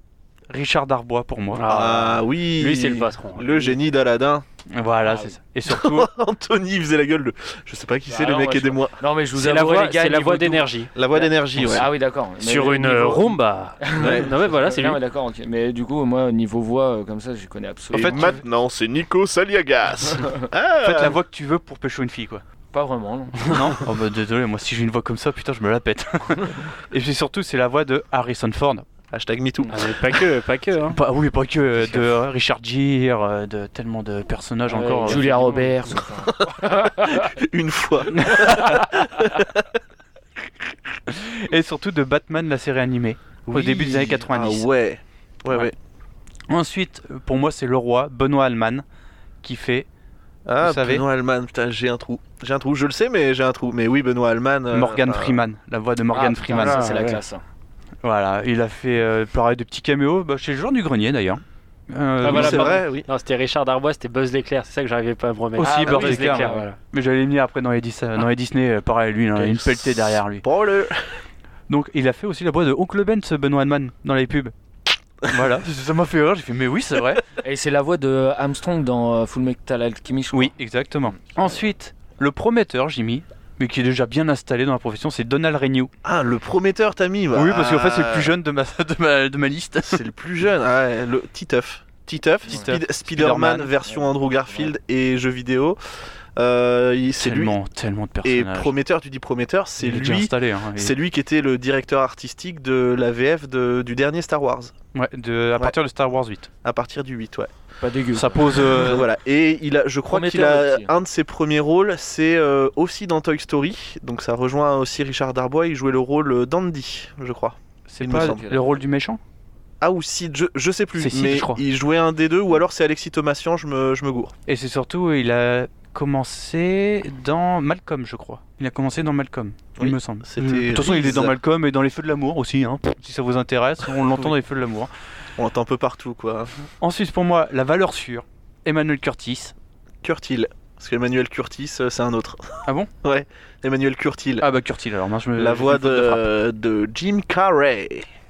S1: Richard Darbois pour moi.
S2: Ah oui.
S3: Lui, c'est le patron.
S2: Le génie d'Aladin.
S1: Voilà,
S4: Ah
S1: c'est
S4: oui.
S1: ça. Et
S2: (laughs)
S1: surtout,
S2: Anthony il faisait la gueule de. Je sais pas qui
S4: Bah
S2: c'est, le
S4: non,
S2: mec,
S4: moi, je-
S2: aidez-moi.
S4: Non, mais je vous
S3: C'est la
S4: avoue,
S3: voix,
S4: les gars,
S3: c'est la
S4: niveau
S3: voix
S4: double-
S3: d'énergie.
S2: La voix d'énergie, ouais.
S4: Ah oui, d'accord. Mais
S3: Sur une
S4: niveau-
S3: euh, rumba.
S2: Ouais.
S3: Non mais voilà, c'est lui.
S4: Non, mais d'accord, ok. Mais du coup, moi, niveau voix, euh, comme ça, je connais absolument
S2: Et maintenant, c'est Nico Saliagas.
S1: (laughs)
S2: Ah.
S1: en fait, la voix que tu veux pour pécho une fille, quoi.
S4: pas vraiment. non.
S1: Non Oh bah désolé, moi si j'ai une voix comme ça, putain, je me la pète. (laughs) Et puis surtout, c'est la voix de Harrison Ford.
S2: Hashtag (laughs) MeToo.
S3: Ah, mais pas que, pas que. Hein.
S1: Pas, oui, pas que euh, de euh, Richard Gere, euh, de tellement de personnages
S4: Ouais,
S1: encore. euh.
S4: Julia Roberts.
S2: Une fois.
S1: Et surtout de Batman, la série animée, au
S2: Oui.
S1: début des années 90.
S2: Ah ouais. Ouais, ouais.
S1: Ensuite, euh, pour moi, c'est le roi, Benoît Alman, qui fait
S2: Ah,
S1: Vous savez-
S2: Benoît Alman, putain, j'ai un trou. J'ai un trou, je le sais, mais j'ai un trou. Mais oui, Benoît Alman. euh,
S1: Morgan
S2: bah,
S1: Freeman, la voix de Morgan
S4: ah, putain,
S1: Freeman.
S3: Ah,
S4: ça, c'est la classe. hein.
S1: Voilà, il a fait euh, pareil de petits caméos bah, chez le joueur du grenier d'ailleurs. Euh,
S3: Ah,
S1: oui,
S3: voilà,
S1: c'est-
S2: c'est
S3: pardon.
S2: vrai, oui.
S3: Non, c'était Richard Darbois, c'était Buzz l'éclair, c'est ça que j'arrivais pas à me remettre.
S1: Aussi,
S3: Ah,
S1: Buzz l'éclair, ouais.
S3: voilà.
S1: Mais j'allais venir après dans les, Dis- dans les Disney, euh, pareil, lui, il en a
S3: Quel
S1: une pelletée derrière lui.
S2: Bon, le.
S1: Donc il a fait aussi la voix de Oncle Ben, ce Benoît Hanman, dans les pubs. voilà, ça m'a fait rire, j'ai fait, mais oui, c'est vrai.
S4: Et c'est la voix de Armstrong dans euh, Full Metal Alchemist. je
S1: oui, exactement. Ensuite, le prometteur, Jimmy, mais qui est déjà bien installé dans la profession, c'est Donald Renew.
S2: Ah, le prometteur, t'as mis. bah,
S1: oui, parce qu'en fait, c'est le
S2: ah,
S1: plus jeune de ma, (laughs) de ma, de ma liste.
S2: C'est le plus jeune. Ah, ouais, le Titeuf. Titeuf,
S1: Titeuf.
S2: Speed-
S1: Spider-Man.
S2: Spider-Man, version Andrew Garfield et jeux vidéo. Euh, il- c'est lui.
S1: tellement, tellement de
S2: Et
S1: personnages.
S2: prometteur, tu dis prometteur, c'est
S1: Il est déjà
S2: lui.
S1: installé. hein, et-
S2: C'est lui qui était le directeur artistique de la VF de- du dernier Star Wars,
S1: Ouais, de, à
S2: Ouais.
S1: partir de Star Wars 8.
S2: à partir du 8, ouais.
S4: crois. Pas dégueu.
S1: Ça pose.
S2: Euh,
S1: euh,
S2: (laughs) voilà. Et il a, je crois qu'il a
S4: Prometteur
S1: hein.
S4: aussi.
S2: un de ses premiers rôles, c'est euh, aussi dans Toy Story. Donc ça rejoint aussi Richard Darbois. Il jouait le rôle euh, d'Andy, je crois.
S1: c'est
S2: il me
S1: pas
S2: semble.
S1: le rôle du méchant
S2: Ah ou Sid, je, je sais plus.
S1: C'est Sid,
S2: mais
S1: je crois.
S2: il jouait un des deux, ou alors c'est Alexis Thomasian, je me, je me gourre.
S1: Et c'est surtout, il a commencé dans Malcolm, je crois. Il a commencé dans Malcolm,
S2: Oui,
S1: il me semble.
S2: c'était
S1: De toute façon, il est
S2: Reeves.
S1: dans Malcolm et dans Les Feux de l'amour aussi, hein, si ça vous intéresse.
S2: (laughs)
S1: On l'entend dans Les Feux de l'amour.
S2: On l'entend un peu partout, quoi.
S1: Ensuite, pour moi, la valeur sûre, Emmanuel Curtis.
S2: Curtil. Parce qu'Emmanuel Curtis, euh, c'est un autre.
S1: Ah bon
S2: (laughs) Ouais. Emmanuel Curtil.
S1: Ah bah Curtis, alors mince, je me-
S2: la
S1: je fais
S2: voix
S1: une faute de frappe.
S2: de, de Jim Carrey.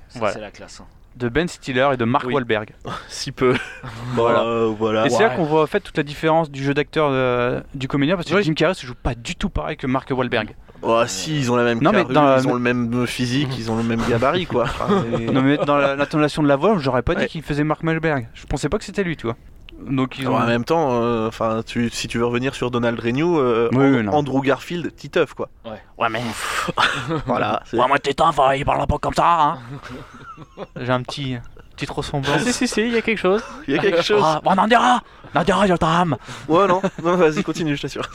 S4: Ça,
S1: voilà.
S4: c'est la classe. hein.
S1: De Ben Stiller et de Mark
S2: Oui.
S1: Wahlberg. (laughs)
S2: Si peu.
S1: Voilà.
S2: Euh, voilà.
S1: Et c'est là qu'on voit en fait toute la différence du jeu d'acteur euh, du comédien parce que
S2: Oui.
S1: Jim Carrey se joue pas du tout pareil que Mark
S2: (laughs)
S1: Wahlberg.
S2: Oh, si, ils ont la même
S1: Non, mais
S2: carrure,
S1: dans la-
S2: ils ont le même physique, ils ont le même
S1: (laughs)
S2: gabarit, quoi. Enfin, c'est-
S1: Non mais dans la- l'intonation de la voix, j'aurais pas
S2: Ouais.
S1: dit qu'il faisait Mark Wahlberg. Je pensais pas que c'était lui, tu vois. Donc ils
S2: Alors,
S1: ont
S2: en même temps, euh, enfin, tu- si tu veux revenir sur Donald Renew, euh,
S1: Oui,
S2: An-
S1: oui, non.
S2: Andrew Garfield, Titeuf quoi.
S1: Ouais mais (laughs)
S2: Voilà. c'est-
S1: moi t'es un, il parle pas comme ça. hein. (laughs) J'ai un petit petite ressemblance.
S3: Si, si, si, il y a quelque chose.
S2: Il y a quelque chose.
S1: Ah, bon, Nandera Nandera, je t'aime
S2: Ouais non, non vas-y continue, je t'assure.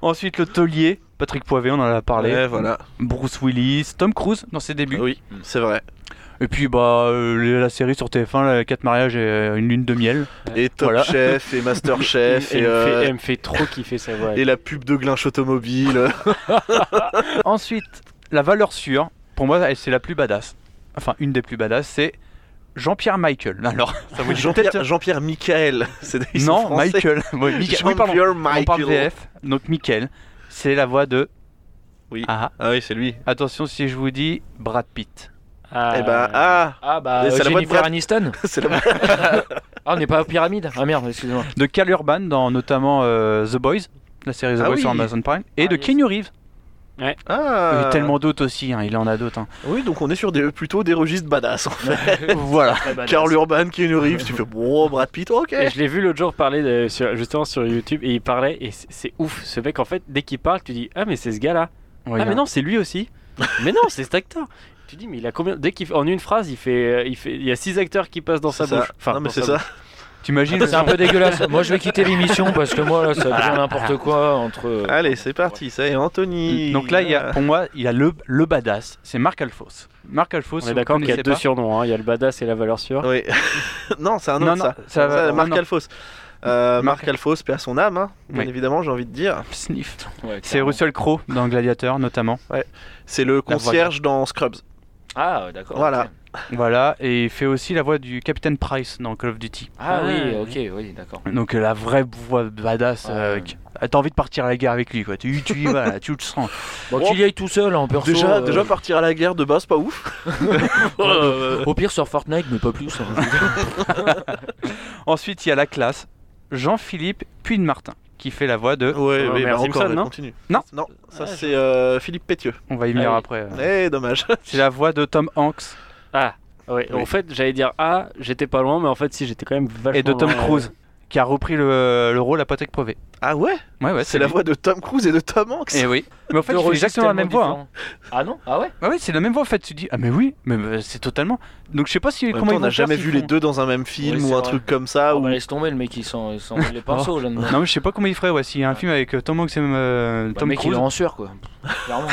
S1: Ensuite, le taulier, Patrick Poivet, on en a parlé.
S2: Ouais, voilà.
S1: Bruce Willis, Tom Cruise dans ses débuts.
S2: Oui, c'est vrai.
S1: Et puis, bah, euh, la série sur TF1, là, 4 mariages et euh, une lune de miel.
S2: Et Top
S1: Voilà.
S2: Chef et Master
S4: Eh,
S3: Elle me
S2: Chef
S3: fait-
S2: et, euh,
S3: elle me fait trop kiffer sa voix.
S2: et la pub de Glinch automobile.
S1: (laughs) Ensuite, la valeur sûre, pour moi, elle, c'est la plus badass. Enfin, une des plus badass, c'est Jean-Pierre Michael. (laughs) Alors, ça vous dit peut-être- hein.
S2: Jean-Pierre Jean-Pierre Michael. C'est ils sont
S1: Non,
S2: français.
S1: Michael. (laughs) Oui, Michael. Oui, pardon.
S2: Jean-Pierre
S1: On parle
S2: Michael.
S1: VF, donc Michael. C'est la voix de.
S2: Oui.
S1: Ah,
S2: Ah oui, c'est lui.
S1: attention si je vous dis Brad Pitt.
S3: Ah,
S2: Eh
S1: Euh,
S2: ben ah,
S4: Ah bah
S2: Et c'est la voix de
S4: Jennifer
S2: Brad-
S4: Aniston
S2: c'est
S1: (laughs)
S2: la
S4: Ah on n'est pas aux pyramides Ah merde excusez-moi
S1: De Cal Urban dans notamment euh, The Boys, la série The
S2: Ah
S1: Boys
S2: oui.
S1: sur Amazon Prime. Et
S3: Ah
S1: de
S3: yes.
S1: Keanu Reeves.
S2: ah.
S1: Et tellement d'autres aussi, hein, il en a d'autres. hein.
S2: Oui, donc on est sur des plutôt des registres badass en fait.
S1: voilà.
S4: Très badass.
S2: Carl Urban qui nous rive, tu
S1: (laughs)
S2: fais bon Brad Pitt, OK.
S3: Et je l'ai vu l'autre jour parler de- sur, justement sur YouTube et il parlait et c'est- c'est ouf. Ce mec, en fait, dès qu'il parle, tu dis Ah, mais c'est ce gars-là. ah, mais non, c'est lui
S4: (laughs)
S3: aussi. mais non, c'est cet acteur. Tu dis, mais il a combien Dès qu'il en une phrase, il fait, euh, il fait, il y a six acteurs qui passent dans sa
S2: C'est ça.
S3: bouche. Enfin,
S2: non mais
S3: dans
S2: c'est
S3: sa
S2: ça.
S3: bouche. Bah,
S1: T'imagines
S4: (laughs)
S1: euh,
S4: C'est un peu dégueulasse Moi je vais quitter l'émission parce que moi là ça devient n'importe quoi entre
S2: Allez, c'est parti, ça y est, Anthony.
S1: Donc là, il y a, pour moi, il y a le, le badass, c'est Marc Alphos. Marc Alphos,
S3: On est d'accord qu'il y a deux
S1: pas,
S3: surnoms. hein. Il y a le badass et la valeur sûre.
S2: (laughs) Oui. (laughs) non, c'est un autre
S1: Non, non,
S2: ça.
S1: ça va-
S2: Ça, Marc
S1: non.
S2: Alphos. Euh,
S1: Marc-
S2: Marc Alphos, paix à son âme, hein, bien
S1: Oui.
S2: évidemment, j'ai envie de dire.
S1: Sniff.
S4: Ouais,
S1: C'est
S4: clairement.
S1: Russell Crowe dans Gladiator notamment.
S2: C'est le concierge dans Scrubs.
S4: Ah d'accord
S2: Voilà.
S4: ok.
S1: Voilà, et il fait aussi la voix du Capitaine Price dans Call of Duty.
S4: Ah oui
S3: Ah,
S4: ok oui d'accord
S1: Donc euh, la vraie voix badass. euh,
S4: Ouais.
S1: qui- ah, T'as envie de partir à la guerre avec lui, quoi. Tu, tu y vas, là, tu le
S3: (laughs)
S1: sens.
S4: Bon qu'il y aille tout seul en perso
S2: déjà,
S4: euh,
S2: déjà partir à la guerre de base,
S1: (laughs)
S2: pas ouf. (laughs)
S4: Au pire sur Fortnite mais pas plus hein.
S1: Ensuite, il y a la classe. Jean-Philippe Puy de Martin qui fait la voix de.
S2: Ouais,
S3: Oh,
S2: mais
S3: mais
S2: bah,
S3: Simpson,
S2: encore,
S3: non
S2: continue.
S1: Non.
S2: non, ça
S3: Ah, je-
S2: c'est euh, Philippe Pétieux.
S1: On va y venir
S3: Ah oui.
S1: après. euh.
S2: Eh, dommage. (laughs)
S1: C'est la voix de Tom Hanks
S3: Ah, ouais.
S2: Oui.
S3: En fait, j'allais dire Ah, j'étais pas loin, mais en fait, si, j'étais quand même vachement
S1: et de Tom
S3: loin.
S1: Cruise qui a repris le, le rôle à Patrick Poivet.
S2: Ah ouais,
S1: Ouais, ouais,
S2: c'est la
S1: lui.
S2: voix de Tom Cruise et de Tom Hanks.
S1: Eh oui. Mais en fait,
S4: Deux
S1: il fait
S4: registres
S1: exactement la même voix.
S4: tellement différents. Ah non Ah ouais
S1: hein. Ah oui, c'est la même voix en fait. Tu dis ah mais oui, mais euh, c'est totalement. Donc je sais pas si
S2: En même
S1: comment
S2: temps,
S1: ils
S2: on
S1: vont
S2: n'a
S1: faire
S2: jamais
S1: s'ils
S2: vu les
S1: font-
S2: deux dans un même film
S4: Oui,
S2: ou
S4: c'est
S2: un
S4: vrai.
S2: truc comme ça.
S4: Ah
S2: ou-
S4: bah laisse tomber le mec il s'en il s'en fout les pinceaux là dedans
S1: Non mais je sais pas comment ils feraient ouais. S'il y a un film avec euh, Tom Hanks et euh,
S4: Bah, Le
S1: Tom
S4: mec il est
S1: Cruise.
S4: en sueur quoi Clairement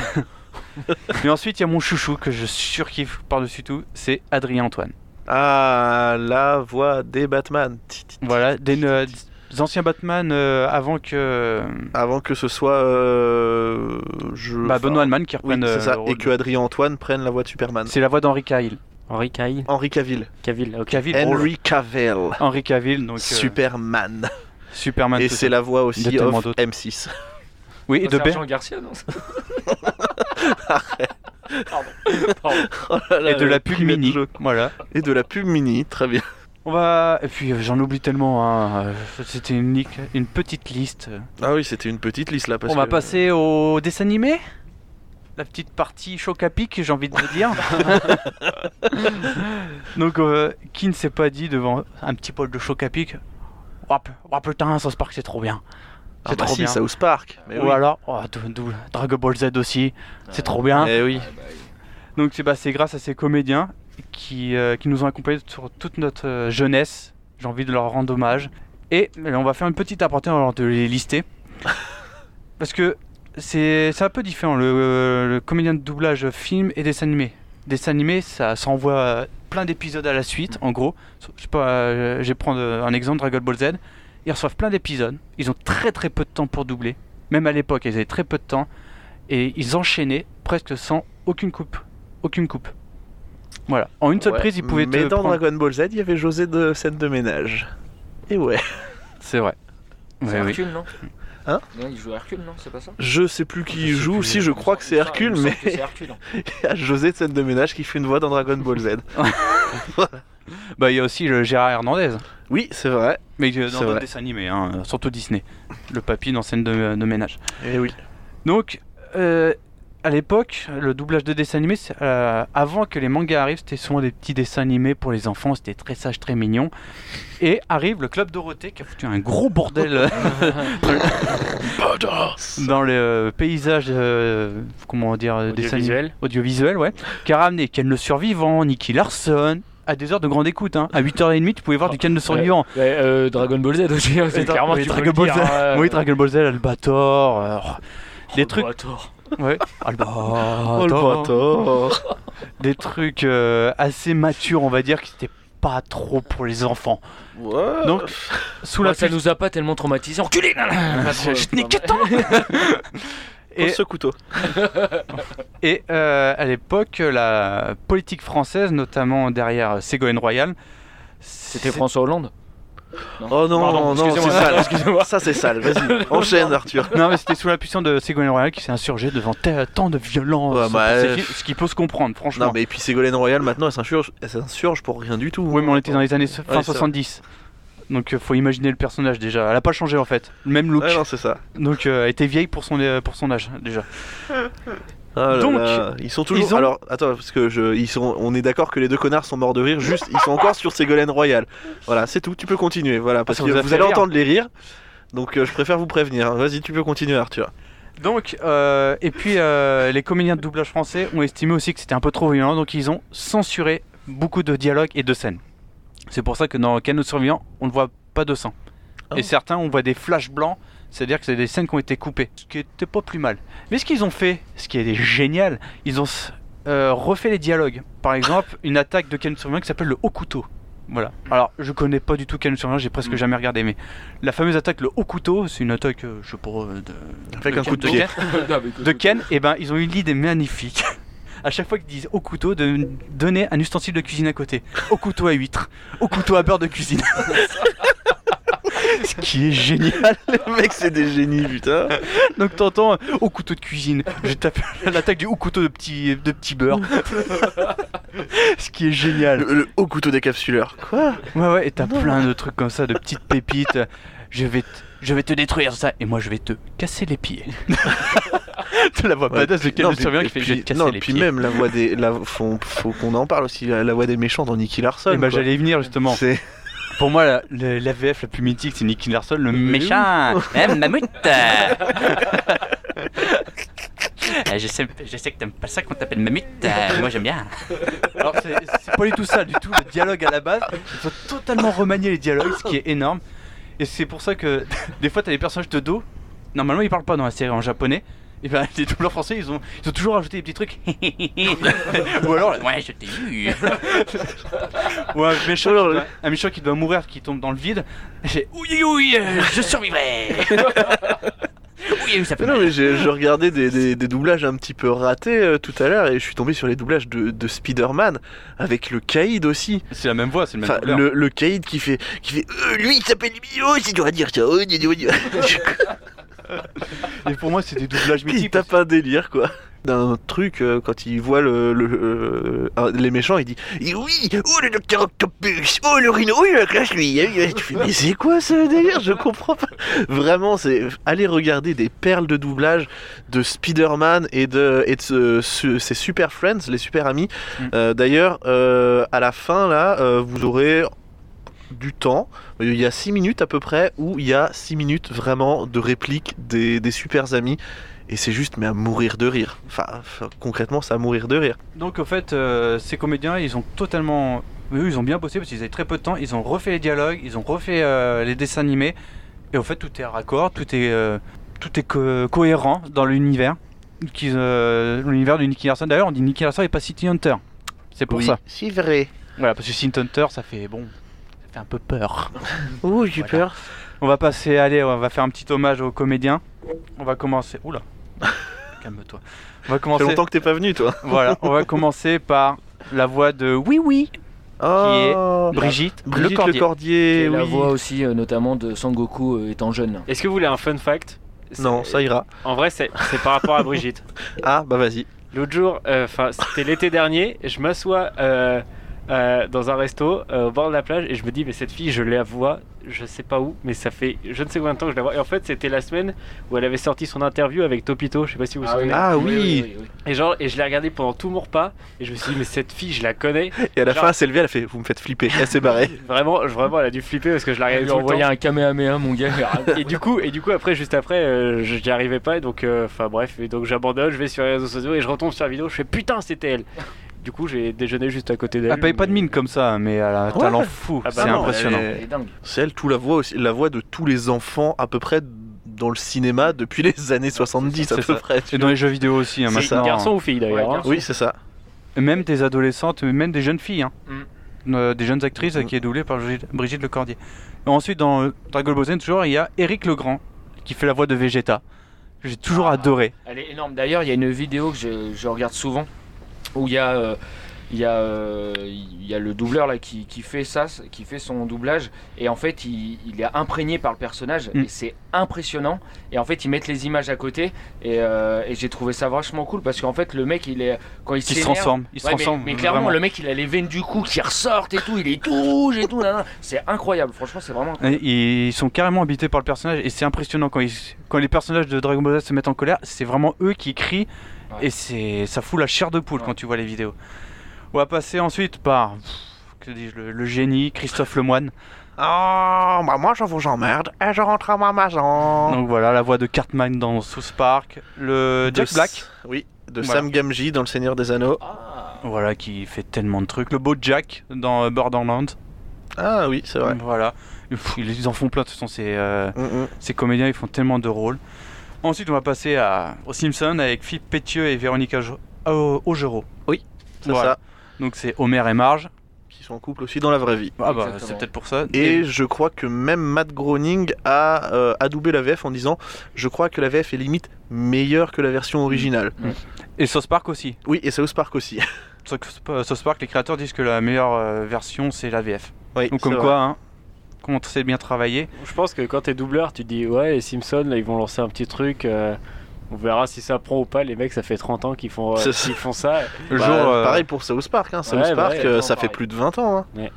S1: Mais ensuite, il y a mon chouchou que je surkiffe par-dessus tout, c'est Adrien Antoine.
S2: Ah, la voix des Batman.
S1: Voilà, des, euh, des anciens Batman euh, avant que.
S2: Avant que ce soit. euh, je...
S1: Bah,
S2: enfin,
S1: Benoît Hallman qui
S2: Oui,
S1: reprenne. euh,
S2: c'est ça.
S1: le rôle
S2: Et que
S1: de-
S2: Adrien Antoine prenne la voix de Superman.
S1: C'est la voix d'Henri Cavill.
S3: Henri Cahill
S2: Henri Cavill.
S3: Cavill, ok.
S1: Cavill.
S2: Henry Cavill.
S1: oh, Henri Cavill, donc. euh,
S2: Superman.
S1: Superman.
S2: Et
S1: tout
S2: c'est
S1: ça.
S2: la voix aussi
S1: tellement
S2: of
S1: d'autres.
S2: (laughs) M6.
S1: Oui, et de Ber-
S4: Ah, Sergent Garcia, non
S1: (laughs)
S2: Oh là là,
S1: et de
S2: le
S1: la pub
S2: private
S1: mini.
S2: joke.
S1: Voilà.
S2: Et de la pub mini, très bien.
S1: On va. Et puis, euh, j'en oublie tellement. hein, euh, C'était une, nique- une petite liste. euh,
S2: Ah oui, c'était une petite liste là. Parce
S1: On va
S2: que-
S1: passer au dessin animé La petite partie choc à pic, j'ai envie de vous dire.
S2: (laughs)
S1: Donc, euh, qui ne s'est pas dit devant un petit poil de choc à pic Oh pu- oh, putain, South Park c'est trop bien.
S2: Ah
S1: C'est
S2: bah
S1: trop
S2: si,
S1: bien.
S2: South Park. Mais
S1: Ou
S2: oui.
S1: alors, oh, dou- dou- Dragon Ball Z aussi, c'est trop bien.
S2: Eh oui.
S1: Donc, c'est bah, c'est grâce à ces comédiens qui, euh, qui nous ont accompagnés sur toute notre euh, jeunesse. J'ai envie de leur rendre hommage. Et euh, on va faire une petite aparté avant de les
S2: (laughs)
S1: lister. Parce que c'est c'est un peu différent, le, euh, le comédien de doublage film et dessin animé. Dessin animé, ça s'envoie euh, plein d'épisodes à la suite, en gros. Je sais pas, euh, je vais prendre euh, un exemple, Dragon Ball Z. Ils reçoivent plein d'épisodes, ils ont très très peu de temps pour doubler. Même à l'époque, ils avaient très peu de temps. Et ils enchaînaient presque sans aucune coupe. Aucune coupe. Voilà, en une seule
S2: Ouais.
S1: prise, ils pouvaient
S2: Mais
S1: te
S2: dans
S1: prendre-
S2: Dragon Ball Z, il y avait José de scène de ménage. Et ouais.
S1: C'est vrai.
S4: C'est
S1: Ouais, oui.
S4: Hercule, non
S2: Hein
S4: Non, il joue Hercule, non C'est pas ça
S2: Je sais plus qui
S4: Je sais
S2: joue,
S4: plus,
S2: si je
S4: comme
S2: crois
S4: ça,
S2: que c'est
S4: il me
S2: Hercule,
S4: semble
S2: mais
S4: que c'est Hercule.
S2: (laughs) il y a José de scène de ménage qui fait une voix dans Dragon Ball Z.
S1: Bah, il y a aussi le Gérard Hernandez.
S2: Oui, c'est vrai.
S1: Mais euh,
S2: C'est
S1: dans d'autres
S2: vrai.
S1: dessins animés, hein, euh, surtout Disney. Le papy dans scène de, de ménage.
S2: Et oui.
S1: Donc, euh, à l'époque, le doublage de dessins animés, c'est, euh, avant que les mangas arrivent, c'était souvent des petits dessins animés pour les enfants, c'était très sage, très mignon. Et arrive le Club Dorothée qui a foutu un gros bordel euh, dans les euh, paysages, euh, comment dire, euh, dessins animés-
S3: Audiovisuel.
S1: audiovisuels, ouais, qui a ramené Ken le Survivant, Nicky Larson, à des heures de grande écoute. hein. À 8h30, tu pouvais voir du Ken le Survivant.
S4: Ouais, euh, Dragon Ball Z aussi, hein, c'est
S1: Dra-
S4: clairement
S1: oui,
S4: tu
S1: Dragon
S4: peux le
S1: Ball
S4: dire,
S3: Euh, (laughs)
S4: hein.
S1: Oui, Dragon Ball Z, Albator, euh,
S4: Oh,
S1: des
S4: le
S1: trucs-
S4: bâtard.
S1: ouais. Ah, Albator,
S2: Oh le bâtard.
S1: des trucs euh, assez matures, on va dire, qui n'étaient pas trop pour les enfants.
S2: Ouais.
S1: Donc, sous
S4: Ouais,
S1: la
S4: ça
S1: pluie-
S4: nous a pas tellement traumatisé. Enculé
S1: Je te nique que
S2: (laughs)
S1: ton-
S2: Pose
S1: Et,
S2: ce couteau.
S1: et, euh, à l'époque, la politique française, notamment derrière Ségolène Royal,
S4: C'était François Hollande
S2: Oh non, non,
S4: Pardon,
S2: c'est
S4: excusez-moi.
S2: sale.
S4: Excusez-moi.
S2: Ça c'est sale.
S1: (laughs)
S2: Vas-y, enchaîne Arthur.
S1: Non, mais c'était sous la puissance de Ségolène Royal qui s'est insurgée devant t- tant de violence.
S2: Ouais, bah,
S1: C'est
S2: euh,
S1: qui- ce qui peut se comprendre, franchement.
S2: Non mais et puis Ségolène Royal maintenant elle s'insurge, elle s'insurge pour rien du tout.
S1: Oui, mais on était dans les années so- fin
S2: Ouais, ça.
S1: 70. Donc euh, faut imaginer le personnage déjà. Elle a pas changé en fait. Le même look.
S2: Ouais, non, c'est ça.
S1: Donc euh, elle était vieille pour son, euh, pour son âge déjà.
S2: Ah là
S1: Donc,
S2: là, ils sont toujours.
S1: ils ont-
S2: Alors, attends, parce que je, ils sont. On est d'accord que les deux connards sont morts de rire. Juste, ils sont encore sur Ségolène Royal. Voilà, c'est tout. Tu peux continuer. Voilà, parce
S1: Ah, ça
S2: que
S1: vous a
S2: vous,
S1: fait
S2: allez
S1: rire.
S2: entendre les rires. Donc, euh, je préfère vous prévenir. Vas-y, tu peux continuer, Arthur.
S1: Donc, euh, et puis euh, les comédiens de doublage français ont estimé aussi que c'était un peu trop violent, donc ils ont censuré beaucoup de dialogues et de scènes. C'est pour ça que dans Canot Survivant, on ne voit pas de sang.
S2: Ah
S1: Et
S2: bon
S1: certains, on voit des flashs blancs, c'est-à-dire que c'est des scènes qui ont été coupées, ce qui était pas plus mal. Mais ce qu'ils ont fait, ce qui est génial, ils ont euh, refait les dialogues. Par exemple, une attaque de Canot Survivant qui s'appelle le haut couteau. Voilà. Alors, je connais pas du tout Canot Survivant, j'ai presque jamais regardé, mais la fameuse attaque le haut couteau, c'est une attaque, euh, je sais pas, euh, de,
S2: Avec
S1: de
S2: un
S1: Ken-
S2: coup de pied.
S1: Ken de Ken, et ben ils ont eu une idée magnifique. (laughs) À chaque fois qu'ils disent au couteau, de donner un ustensile de cuisine à côté. Au couteau à huître, au couteau à beurre de cuisine. (laughs) Ce qui est génial.
S2: Le mec, c'est des génies, (laughs) putain.
S1: Donc t'entends euh, au couteau de cuisine. Je tape (laughs) l'attaque du au couteau de petit, de petit beurre.
S2: (laughs)
S1: Ce qui est génial.
S2: Le, le haut couteau des capsuleurs. Quoi
S1: Ouais ouais, et t'as plein de trucs comme ça, de petites pépites. Je vais te, je vais te détruire ça et moi je vais te casser les
S2: (laughs)
S1: pieds. tu la vois
S2: Ouais,
S1: badass de
S2: puis-
S1: quel
S2: non,
S1: le surveillant
S2: puis-
S1: qui fait
S2: puis-
S1: je vais te casser
S2: non,
S1: les
S2: puis
S1: pieds.
S2: même la voix des. La, faut faut qu'on en parle aussi. La, la voix des méchants dans Nicky Larson.
S1: Et bah
S2: quoi.
S1: j'allais y venir justement.
S2: C'est-
S1: Pour moi, la, la- la VF la plus mythique, c'est Nicky Larson, le méchant. Hein, mammouth Euh, je, sais, je sais que t'aimes pas ça quand t'appelle mammouth. euh, moi, j'aime bien. Alors, c'est c'est pas du tout ça, du tout, le dialogue à la base. Ils ont totalement remanié les dialogues, ce qui est énorme. Et c'est pour ça que des fois, t'as des personnages de dos. Normalement, ils parlent pas dans la série en japonais. Et ben, les doubleurs français, ils ont, ils ont toujours ajouté des petits trucs. (laughs) Ou alors, ouais, je t'ai eu. Ou un méchant, qui doit- un méchant qui doit mourir, qui tombe dans le vide. J'ai oui, oui, euh, je survivrai. oui, ça fait
S2: non,
S1: mal.
S2: mais j'ai- je regardais des, des- des doublages un petit peu ratés euh, tout à l'heure et je suis tombé sur les doublages de, de Spider-Man avec le Caïd aussi.
S1: C'est la même voix, c'est le même
S2: Enfin,
S1: doubleur.
S2: le, le Caïd qui fait. Qui fait Euh, lui il s'appelle Mio, il doit dire ça. oh, gna, gna,
S1: (laughs)
S2: gna.
S1: Et pour moi, c'est des doublages
S2: (laughs) il
S1: mythiques.
S2: tape un délire quoi. D'un truc, euh, quand il voit le, le- le- un- les méchants, il dit Et Oui, oh le docteur Octopus, oh le rhino, oh, il a la classe lui. Eh, eh, Tu fais, mais c'est quoi ce délire Je comprends pas. Vraiment, c'est aller regarder des perles de doublage de Spider-Man et de, et de ce- ce- ses super friends, les super amis.
S1: Mm.
S2: Euh, D'ailleurs, euh, à la fin, là, euh, vous aurez du temps. Il y a 6 minutes à peu près où il y a 6 minutes vraiment de répliques des, des super amis. Et c'est juste, mais à mourir de rire. Enfin, enfin, concrètement, c'est à mourir de rire.
S1: Donc en fait, euh, ces comédiens, ils ont totalement... Eux, ils ont bien bossé parce qu'ils avaient très peu de temps. Ils ont refait les dialogues, ils ont refait euh, les dessins animés. Et en fait, tout est raccord, tout est, euh, tout est co- cohérent dans l'univers. qu'ils, euh, l'univers de Nicky Larson. D'ailleurs, on dit Nicky Larson et pas City Hunter. C'est pour ça.
S2: c'est vrai.
S1: Voilà, parce que City Hunter, ça fait bon... Ça fait un peu peur.
S2: Ouh, j'ai
S1: Voilà.
S2: peur.
S1: On va passer, allez, on va faire un petit hommage aux comédiens. On va commencer... Oula Calme-toi. On va
S2: Ça fait
S1: commencer...
S2: longtemps que t'es pas venu, toi.
S1: Voilà, on va commencer par la voix de Oui Oui
S2: Oh,
S1: Brigitte,
S2: Brigitte
S1: le Cordier.
S2: Le Cordier,
S4: Et la
S2: oui.
S4: voix aussi, euh, notamment de Sangoku euh, étant jeune.
S3: Est-ce que vous voulez un fun fact
S2: Non,
S3: C'est-
S2: ça ira.
S3: En vrai, c'est c'est par rapport à Brigitte.
S2: Ah, bah vas-y.
S3: L'autre jour, euh, 'fin, c'était l'été dernier, je m'assois euh, euh, dans un resto euh, au bord de la plage et je me dis, mais cette fille, je la vois, je sais pas où, mais ça fait je ne sais combien de temps que je la vois. Et en fait, c'était la semaine où elle avait sorti son interview avec Topito, je sais pas si vous vous souvenez.
S2: Ah oui.
S3: Et genre, et je l'ai regardée pendant tout mon repas et je me suis dit, mais cette fille, je la connais.
S2: Et à la
S3: Genre-
S2: fin, elle s'est levée, elle a fait Vous me faites flipper. Elle s'est barrée.
S3: Vraiment, je- vraiment, elle a dû flipper parce que je la
S4: Elle
S3: regardais
S4: lui
S3: tout le temps.
S4: envoyait un Kamehameha, mon (laughs) gars.
S3: et du coup et du coup après juste après euh, je- j'y arrivais pas et donc euh, enfin bref et donc j'abandonne je vais sur les réseaux sociaux et je retombe sur la vidéo je fais putain c'était elle du coup j'ai déjeuné juste à côté d'elle
S1: Elle paye pas de mine comme ça, mais elle a un
S2: Ouais.
S1: talent fou,
S3: Ah bah
S1: c'est
S2: non,
S1: impressionnant.
S2: elle est-
S4: Elle est dingue.
S2: C'est elle, tout la voix aussi, la voix de tous les enfants à peu près dans le cinéma depuis les années 70
S1: c'est
S2: à peu
S1: ça.
S2: près. tu
S1: Et dans les jeux vidéo aussi, hein,
S3: c'est
S1: maintenant.
S3: garçon ou fille d'ailleurs
S4: Ouais,
S3: hein.
S2: vois. Oui, c'est ça.
S1: Et Même des adolescentes, mais même des jeunes filles. hein. Euh, des jeunes actrices euh, qui est doublée par Brigitte- Brigitte Lecordier. Et ensuite, dans euh, Dragon Ball Z, toujours, il y a Eric Legrand qui fait la voix de Vegeta. J'ai toujours
S4: Ah.
S1: adoré.
S4: Elle est énorme. D'ailleurs, il y a une vidéo que je, je regarde souvent où il y a, euh, il y a, euh, il y a le doubleur là qui, qui fait ça, qui fait son doublage, et en fait, il, il est imprégné par le personnage,
S1: Mm.
S4: et c'est impressionnant. Et en fait, ils mettent les images à côté, et, euh, et j'ai trouvé ça vachement cool parce qu'en fait, le mec, il est quand il
S1: Qui se
S4: s'énerve-
S1: transforme. Il se
S4: Ouais, mais-
S1: transforme.
S4: mais, clairement,
S1: vraiment.
S4: le mec, il a les veines du cou qui ressortent et tout, il est tout rouge et tout. nan, nan. C'est incroyable, franchement, c'est vraiment. incroyable.
S1: Et Hein, Ils sont carrément habités par le personnage et c'est impressionnant quand, ils- quand les personnages de Dragon Ball Z se mettent en colère, c'est vraiment eux qui crient
S4: Ouais.
S1: et c'est ça fout la chair de poule
S4: Ouais.
S1: quand tu vois les vidéos. On va passer ensuite par pff, que dis-je, le, le génie Christophe Lemoine.
S2: Ah, bah moi, je vous emmerde et je rentre à ma maison.
S1: Donc voilà la voix de Cartman dans South Park, le
S2: De
S1: Jack
S2: S-
S1: Black,
S2: Oui, de
S1: Voilà.
S2: Sam Gamgee dans Le Seigneur des Anneaux.
S4: Ah.
S1: voilà qui fait tellement de trucs, le beau Jack dans euh, Borderlands.
S2: Ah oui, c'est vrai.
S1: Voilà, Pff, ils en font plein de toute façon c'est euh,
S2: Mm, mm.
S1: Ces comédiens, ils font tellement de rôles. Ensuite, on va passer à, aux Simpsons avec Philippe Pétieux et Véronique Auge- Au- Augereau.
S2: C'est
S1: Voilà.
S2: ça.
S1: Donc c'est Homer et Marge.
S2: Qui sont en couple aussi dans la vraie vie.
S1: Ah bah,
S4: Exactement.
S1: c'est peut-être pour ça.
S2: Et je crois que même Matt Groening a euh, adoubé la VF en disant Je crois que la VF est limite meilleure que la version
S1: Mm.
S2: originale.
S1: et South Park aussi.
S2: Oui, et South Park aussi. (laughs)
S1: South South Park, les créateurs disent que la meilleure euh, version, c'est la VF.
S2: oui,
S1: Donc
S2: c'est
S1: comme
S2: vrai.
S1: quoi, hein, comment c'est bien travaillé.
S3: je pense que quand t'es doubleur tu te dis ouais les Simpsons là ils vont lancer un petit truc euh, on verra si ça prend ou pas les mecs ça fait 30 ans qu'ils font, euh,
S2: C'est ça.
S3: qu'ils font ça
S1: Le
S2: Bah,
S1: jour, euh,
S2: Pareil pour South Park. Hein. South
S3: ouais,
S2: Park,
S3: ouais,
S2: euh,
S4: ouais,
S2: ça
S4: pareil.
S2: fait plus de 20 ans. hein.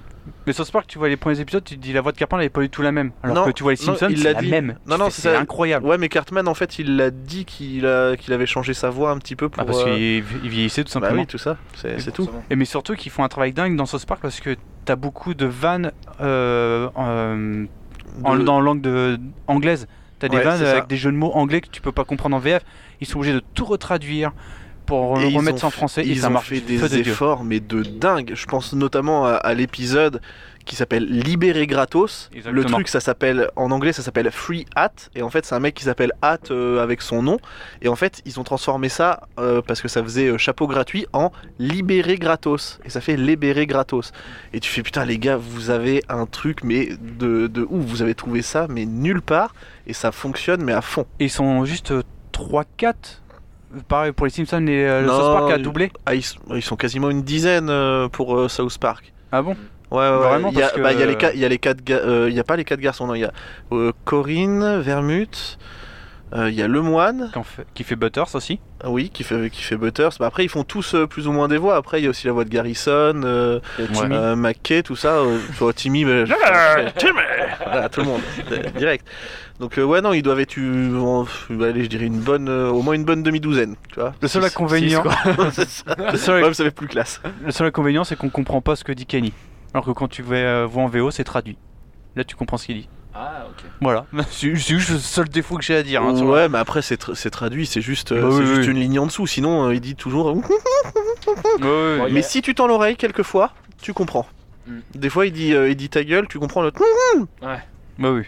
S1: Mais South Park, tu vois les premiers épisodes, tu te dis la voix de Cartman, elle est pas du tout la même. Alors
S2: Non,
S1: que tu vois les
S2: non,
S1: Simpsons,
S2: il
S1: c'est
S2: l'a
S1: la
S2: dit.
S1: même.
S2: Non,
S1: Tu
S2: non,
S1: fais,
S2: c'est
S1: c'est
S2: ça.
S1: incroyable.
S2: Ouais, mais Cartman, en fait, il a dit qu'il a- qu'il avait changé sa voix un petit peu pour.
S1: Ah, parce
S2: euh,
S1: qu'ils ils vieillissaient tout
S2: Bah
S1: simplement.
S2: oui, tout ça, c'est c'est tout.
S4: Forcément.
S1: Et mais surtout qu'ils font un travail dingue dans South Park parce que t'as beaucoup de vannes euh, euh, en,
S2: De-
S1: dans langue de, anglaise. T'as des
S2: Ouais,
S1: vannes
S2: c'est ça.
S1: avec des jeux de mots anglais que tu peux pas comprendre en VF. Ils sont obligés de tout retraduire. pour
S2: Et ils
S1: remettre
S2: ont
S1: ça en
S2: fait-
S1: français et
S2: ils
S1: ça
S2: ont
S1: marche
S2: fait
S1: du feu
S2: des
S1: de Dieu.
S2: efforts, mais de dingue. Je pense notamment à, à l'épisode qui s'appelle Libéré gratos. Le
S1: Exactement.
S2: truc, ça s'appelle en anglais, ça s'appelle Free Hat. Et en fait, c'est un mec qui s'appelle Hat euh, avec son nom. Et en fait, ils ont transformé ça euh, parce que ça faisait euh, chapeau gratuit en Libéré gratos. Et ça fait Libéré gratos. Et tu fais putain, les gars, vous avez un truc, mais de, de ouf, vous avez trouvé ça, mais nulle part. Et ça fonctionne, mais à fond.
S1: Ils sont juste euh, 3-4. euh, Pareil pour les Simpsons, les, euh, le
S2: Non,
S1: South Park a doublé.
S2: Ah, ils, sont- ils sont quasiment une dizaine euh, pour euh, South Park.
S1: Ah bon
S2: Ouais, ouais, ouais.
S1: Vraiment,
S2: il y a,
S1: parce que-
S2: bah, il y a les quatre, il y a les quatre ga- euh, il y a pas les quatre garçons, non, il y a euh, Corinne, Vermut, euh, il y a Lemoine,
S1: Qui en fait- qui fait Butters aussi.
S2: ah oui, qui fait, qui fait Butters. Bah, après, ils font tous euh, plus ou moins des voix. Après, il y a aussi la voix de Garrison, euh,
S4: Il y a Timmy.
S2: euh, Mackay, tout ça. euh, enfin, Timmy, mais- Timmy Voilà, tout le monde, euh, direct. Donc, euh, ouais, non, ils doivent être, euh, en- allez, je dirais une bonne, euh, au moins une bonne demi-douzaine, tu vois.
S1: Le seul
S2: Six-
S1: inconvénient- (laughs)
S2: six, quoi. C'est ça.
S1: Le seul-
S2: Ouais, ça fait plus classe.
S1: Le seul inconvénient, c'est qu'on comprend pas ce que dit Kenny. Alors que quand tu vas, euh, vois en VO, c'est traduit. Là, tu comprends ce qu'il dit.
S4: Ah, ok.
S1: Voilà. (laughs) C'est c'est juste le seul défaut que j'ai à dire. hein, sur-
S2: ouais, mais après, c'est tra- c'est traduit, c'est juste, euh,
S1: Bah
S2: c'est
S1: oui,
S2: juste
S1: oui.
S2: une ligne en dessous. Sinon, euh, il dit toujours.
S1: Ouais, ouais,
S2: Mais
S1: ouais.
S2: si tu tends l'oreille quelquefois, tu comprends.
S4: Mm.
S2: Des fois, il dit, euh, il dit ta gueule, tu comprends l'autre.
S4: Ouais.
S1: Bah oui.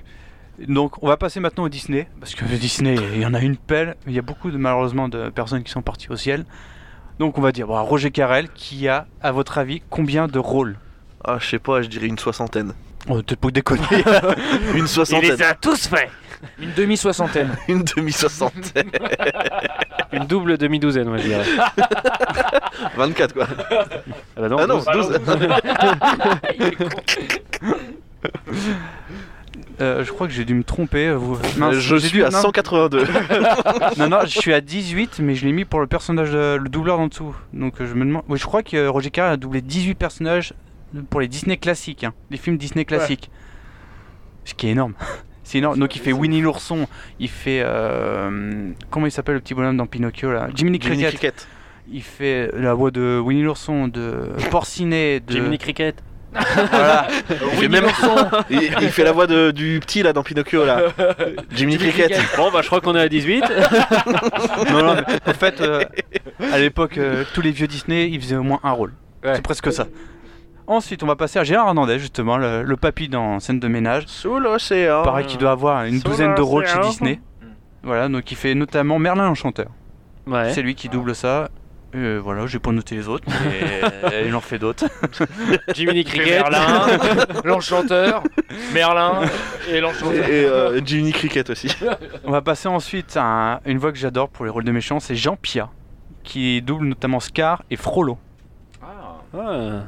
S1: Donc, on va passer maintenant au Disney. Parce que Disney, il y en a une pelle. Il y a beaucoup, de, malheureusement, de personnes qui sont parties au ciel. Donc, on va dire bon, Roger Carrel, qui a, à votre avis, combien de rôles
S2: Ah, je sais pas, je dirais une soixantaine.
S1: Oh, Peut-être pour déconner.
S2: Une soixantaine.
S3: a tous fait
S4: Une demi-soixantaine. (laughs)
S2: Une demi-soixantaine.
S3: Une double demi-douzaine, moi je dirais. (laughs)
S2: 24, quoi.
S3: Ah bah non,
S2: Ah non, 12.
S3: douze.
S1: (laughs) Euh, je crois que j'ai dû me tromper. Vous... mince,
S2: je
S1: j'ai
S2: suis
S1: dû-
S2: à
S1: non,
S2: (laughs) 182.
S1: Non, non, je suis à 18, mais je l'ai mis pour le personnage, de- le doubleur d'en dessous. Donc euh, je me demande. Oui, je crois que euh, Roger Carrel a doublé 18 personnages pour les Disney classiques, hein, les films Disney classiques. Ce qui est énorme. (laughs) C'est énorme. Donc il fait Winnie l'ourson, il fait. euh, comment il s'appelle le petit bonhomme dans Pinocchio là Jiminy
S2: Mini
S1: Cricket.
S2: cricket.
S1: Il fait la voix de Winnie l'ourson, de Porcinet, de.
S3: Jiminy Cricket.
S1: Voilà.
S2: Il fait même. (laughs) il, il fait la voix de- du petit là dans Pinocchio (laughs) là. Jiminy Cricket.
S3: Bon, bah je crois qu'on est à 18.
S1: Non, non, mais en fait, euh, à l'époque, euh, tous les vieux Disney, ils faisaient au moins un rôle.
S3: Ouais.
S1: C'est presque ça. Ensuite, on va passer à Gérard Hernandez, justement, le, le papy dans Scène de ménage.
S2: Sous l'océan.
S1: Pareil, qui doit avoir une
S3: Sur
S1: douzaine de rôles chez
S3: l'océan.
S1: Disney. Voilà, donc il fait notamment Merlin Enchanteur.
S3: (laughs) Ouais.
S1: C'est lui qui double ça. Euh, voilà, j'ai pas noté les autres, mais
S3: (laughs)
S1: euh, il en fait d'autres.
S3: Jiminy Cricket.
S1: (laughs)
S4: l'enchanteur, Merlin et
S2: Et,
S4: l'enchanteur.
S2: et, euh, Jiminy Cricket aussi.
S1: On va passer ensuite à un- une voix que j'adore pour les rôles de méchants, c'est Jean Pia, qui double notamment Scar et Frollo.
S4: Ah,
S3: Ah.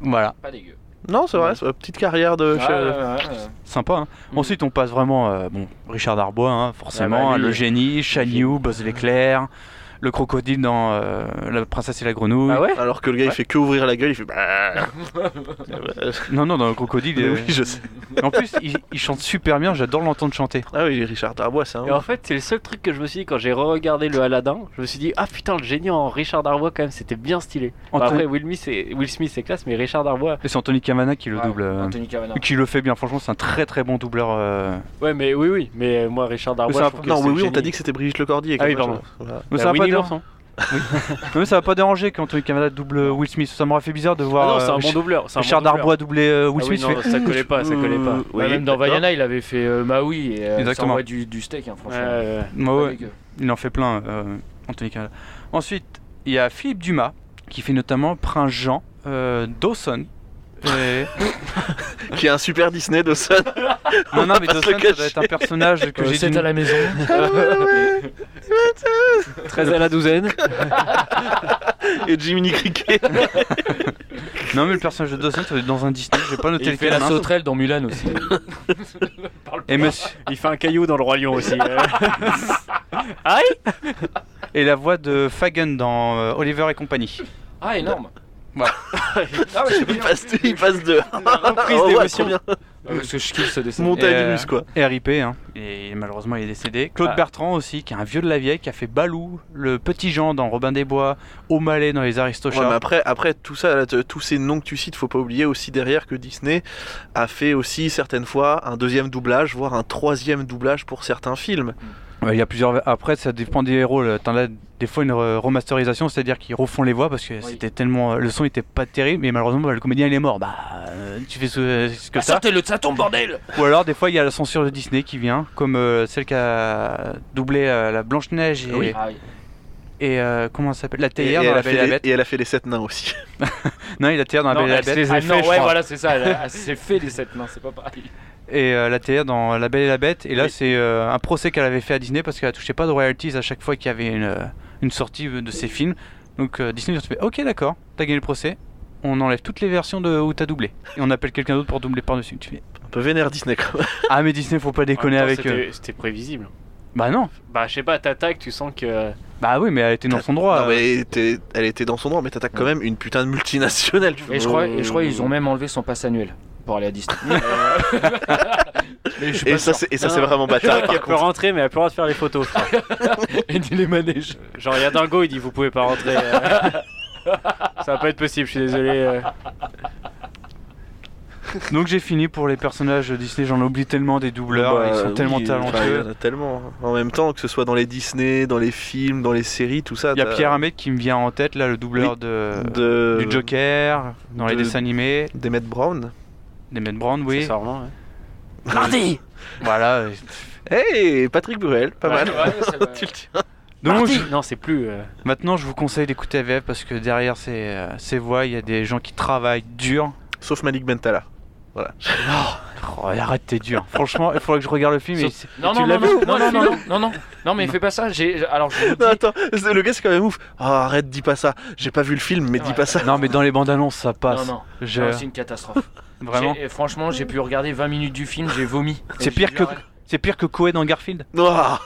S1: Voilà,
S4: pas dégueu.
S2: (laughs) Non, c'est vrai, c'est une petite carrière de.
S4: Ah,
S2: chez-
S4: ouais, ouais, ouais.
S1: sympa. hein.
S3: Mhm.
S4: Mm.
S1: Ensuite, on passe vraiment, euh, bon, Richard Darbois, hein, forcément,
S4: Ah bah,
S1: hein,
S4: lui,
S1: le
S4: euh,
S1: génie, Chagnou, Buzz l'éclair, le crocodile dans euh, La princesse et la grenouille.
S3: Ah ouais
S2: Alors que le gars il fait que ouvrir la gueule, il fait. (laughs) bah. Euh,
S1: Non, non, dans le crocodile.
S2: Mais
S1: euh,
S2: oui, je sais.
S1: (laughs) En plus, il, il chante super bien, j'adore l'entendre chanter.
S2: Ah oui, Richard Darbois, c'est un.
S3: Et en fait, c'est le seul truc que je me suis dit quand j'ai regardé le Aladdin. Je me suis dit, ah putain, le génie en Richard Darbois, quand même, c'était bien stylé. Bah,
S1: Anthony-
S3: après, Will Smith, c'est... Will Smith, c'est classe, mais Richard Darbois.
S1: Et C'est Anthony Cavana qui le
S4: Ouais,
S1: double. euh,
S4: Ah, Anthony Cavana.
S1: Qui le fait bien, franchement, c'est un très très bon doubleur. euh.
S3: Ouais, mais oui, oui, mais euh, moi, Richard Darbois.
S1: c'est un
S3: je
S1: peu-
S3: trouve que
S2: Non,
S3: c'est
S2: oui,
S3: le
S2: oui, on
S3: génie.
S2: t'a dit que c'était Brigitte Lecordier.
S3: Ah oui,
S2: quelque
S3: pardon.
S2: chose. Voilà.
S1: Mais
S3: Bah,
S1: ça, va pas
S3: Winnie
S1: déranger-
S3: l'ourson.
S1: Non, mais ça va pas déranger quand Anthony Cavana double Will Smith. Ça m'aurait fait bizarre de
S3: Ah
S1: voir
S3: non, c'est
S1: euh,
S3: un bon
S1: Rich-
S3: doubleur. c'est un bon
S1: Richard
S3: doubleur.
S1: Darbois doublé euh, Will
S3: Ah oui,
S1: Smith.
S3: non,
S1: fait-
S3: ça collait pas, ça collait pas.
S4: Ouais, Bah, même dans
S2: d'accord.
S4: Vaiana, il avait fait euh, Maui et euh, ça
S1: Exactement.
S4: envoie du, du steak, hein, franchement.
S3: Ouais,
S1: Ouais,
S4: Pas
S1: bah ouais.
S4: dégueu.
S1: Il en fait plein, euh, Anthony Cavana. Ensuite, il y a Philippe Dumas qui fait notamment Prince Jean, euh, Dawson. Et-
S2: Qui est un super Disney de ça.
S1: non, non, mais
S2: pas
S1: Dawson,
S2: se le
S1: ça doit
S2: cacher.
S1: être un personnage que
S4: Euh,
S1: j'ai
S4: c'est
S1: dû-
S4: à
S1: (laughs)
S4: la maison.
S3: ouais. 13 à la douzaine.
S2: Et Jiminy Cricket.
S1: Non, mais le personnage de Dawson, ça doit être dans un Disney. J'ai pas
S4: Et
S1: noté
S4: il
S1: le
S4: fait la
S1: canon.
S4: sauterelle dans Mulan aussi.
S1: Et monsieur.
S3: Il fait un caillou dans le Roi Lion
S1: (laughs)
S3: aussi. euh.
S1: et la voix de Fagin dans euh, Oliver et compagnie.
S4: Ah, énorme.
S1: Voilà.
S4: Ah ouais, c'est
S2: Il
S4: bien.
S2: passe, il passe de.
S3: Reprise
S2: Oh, ouais,
S3: d'émotion.
S2: trop bien.
S4: Euh, parce que je kiffe ce dessin.
S2: Montagne
S1: Et, euh,
S2: russe, quoi.
S1: et RIP, hein. Et malheureusement, il est décédé. Claude
S3: Ah.
S1: Bertrand aussi, qui est un vieux de la vieille, qui a fait Balou, le petit Jean dans Robin des Bois, O'Malley dans Les Aristochats.
S2: Ouais, mais après, après tout ça, là, t- tous ces noms que tu cites, faut pas oublier aussi derrière que Disney a fait aussi certaines fois un deuxième doublage, voire un troisième doublage pour certains films.
S1: Ouais, Euh, Il y a plusieurs. Après, ça dépend des héros. là. T'en as des fois une re- remasterisation, c'est-à-dire qu'ils refont les voix parce que c'était tellement. euh, Le son était pas terrible, mais malheureusement, bah, le comédien il est mort. Bah, euh, tu fais ce, ce que
S4: Ah,
S1: ça.
S4: Sortez-le de sa tombe, bordel
S1: Ou alors, des fois, il y a la censure de Disney qui vient, comme euh, celle qui a doublé euh, la Blanche-Neige et.
S4: Ah, oui.
S1: et, euh, comment ça s'appelle La
S2: Et,
S1: Théière
S2: et
S1: dans
S2: elle
S1: La
S2: a fait
S1: Belle et la
S2: les,
S1: Bête.
S2: et elle a fait les sept nains aussi. (laughs)
S1: Non, il a Théière dans La
S4: Non,
S1: Belle et la
S4: elle
S1: Bête.
S3: les a
S4: Ah
S3: fait,
S4: non,
S3: je
S4: ouais,
S3: crois.
S4: voilà, c'est ça. elle a- Elle s'est fait les sept mains, c'est pas pareil.
S1: et euh, la TR dans La Belle et la Bête. Et là,
S3: Oui.
S1: c'est euh, un procès qu'elle avait fait à Disney parce qu'elle touchait pas de royalties à chaque fois qu'il y avait une, euh, une sortie de ses films. Donc euh, Disney lui a fait Ok, d'accord, t'as gagné le procès. On enlève toutes les versions de où t'as doublé. Et on appelle quelqu'un d'autre pour doubler par-dessus. Tu fais
S2: Un peu vénère Disney quand même.
S1: Ah, mais Disney, faut pas déconner
S3: En même temps,
S1: avec euh, eux.
S3: c'était- C'était prévisible.
S1: Bah non.
S3: Bah, je sais pas, t'attaques, tu sens que.
S1: Bah oui, mais elle était dans son droit.
S2: non, mais elle était- elle était dans son droit, mais t'attaques quand même une putain de multinationale.
S1: (laughs)
S2: tu vois.
S4: Et je crois, et je crois qu'ils ont même enlevé son pass annuel pour aller à Disney. Mais je suis
S2: Et
S4: pas
S2: ça,
S4: sûr.
S2: c'est et ça,
S3: Non,
S2: c'est
S3: non.
S2: vraiment bâtard.
S3: Elle
S2: par
S3: peut
S2: contre.
S3: rentrer, mais elle peut pas faire les photos. je crois. (laughs)
S4: Il dit les manèges.
S3: Genre, il y a Dingo, il dit Vous pouvez pas rentrer. (laughs) euh. Ça va pas être possible, je suis désolé. euh.
S1: Donc j'ai fini pour les personnages Disney. J'en oublie tellement des doubleurs.
S2: Bah,
S1: ils sont
S2: oui,
S1: tellement
S2: enfin, il y
S1: talentueux.
S2: en a tellement. En même temps, que ce soit dans les Disney, dans les films, dans les séries, tout ça.
S1: Il y a
S2: t'as-
S1: Pierre Hamet qui me vient en tête là, le doubleur de...
S2: euh, de...
S1: du Joker dans les
S2: de-
S1: dessins animés,
S2: d'Emmett Brown.
S1: d'Emmett Brown, oui.
S3: Accessoirement, ouais.
S2: Mardi
S1: Voilà. euh,
S2: Hey, Patrick Bruel, pas mal. Tu le tiens.
S1: Donc
S3: Mardi Non, c'est plus. euh,
S1: maintenant, je vous conseille d'écouter AVF parce que derrière ces, euh, ces voix, il y a des gens qui travaillent dur.
S2: Sauf Malik Bentala.
S1: Oh, arrête, t'es dur. Franchement, il faudrait que je regarde le film. et c'est-
S4: Non,
S1: Tu
S4: non,
S1: l'as vu
S4: non, non,
S1: ou
S4: non,
S1: pas,
S4: non, non, non, non, non, mais fais pas ça. J'ai, alors, je vous
S2: Non,
S4: dis,
S2: attends, c'est- le gars c'est quand même ouf. Ah, arrête, dis pas ça. J'ai pas vu le film, mais dis
S4: Ouais.
S2: pas ça.
S1: Non, mais dans les bandes annonces, ça passe.
S4: non, non,
S1: Je-
S4: non, c'est une (laughs) catastrophe.
S1: Vraiment.
S4: J'ai- franchement, j'ai pu regarder 20 minutes du film, j'ai vomi.
S1: C'est
S4: J'ai
S1: pire
S4: dû
S1: que
S4: arrêter.
S1: c'est pire que Coé dans
S2: (laughs)
S1: Garfield.
S2: (laughs) Ouah.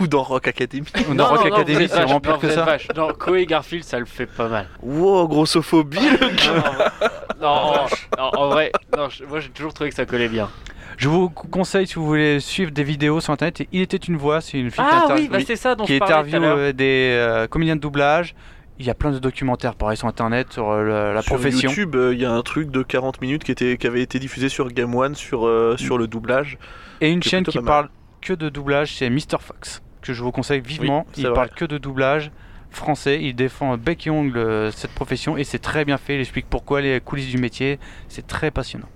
S2: Ou dans Rock Academy.
S1: Ou
S3: non,
S1: dans Rock
S3: non, non, vous
S1: Academy,
S3: êtes
S1: c'est vraiment
S3: vache,
S1: pire
S3: non,
S1: que
S3: vous êtes
S1: ça.
S3: vache. Non, Coé Garfield, ça le fait pas mal.
S2: Wow, grossophobie le gars.
S3: Non, en, en- en vrai, non, je- moi j'ai toujours trouvé que ça collait bien.
S1: Je vous conseille si vous voulez suivre des vidéos sur internet. et Il était une voix, c'est une fille
S3: Ah
S1: qui,
S3: oui,
S1: interview-
S3: bah c'est ça dont
S1: qui
S3: je parlais tout à
S1: interviewe
S3: l'heure.
S1: euh, des euh, comédiens de doublage. Il y a plein de documentaires pareil sur internet sur euh, le- la
S2: Sur
S1: profession.
S2: YouTube, euh, il y a un truc de 40 minutes qui, était, qui avait été diffusé sur Game One sur, euh, sur le doublage.
S1: Et une
S2: C'est
S1: chaîne
S2: plutôt
S1: qui
S2: pas mal.
S1: parle que de doublage, c'est Mr. Fox, que je vous conseille vivement.
S2: Oui, c'est
S1: il
S2: vrai.
S1: parle que de doublage français, il défend bec et ongle euh, cette profession et c'est très bien fait. Il explique pourquoi les coulisses du métier, c'est très passionnant.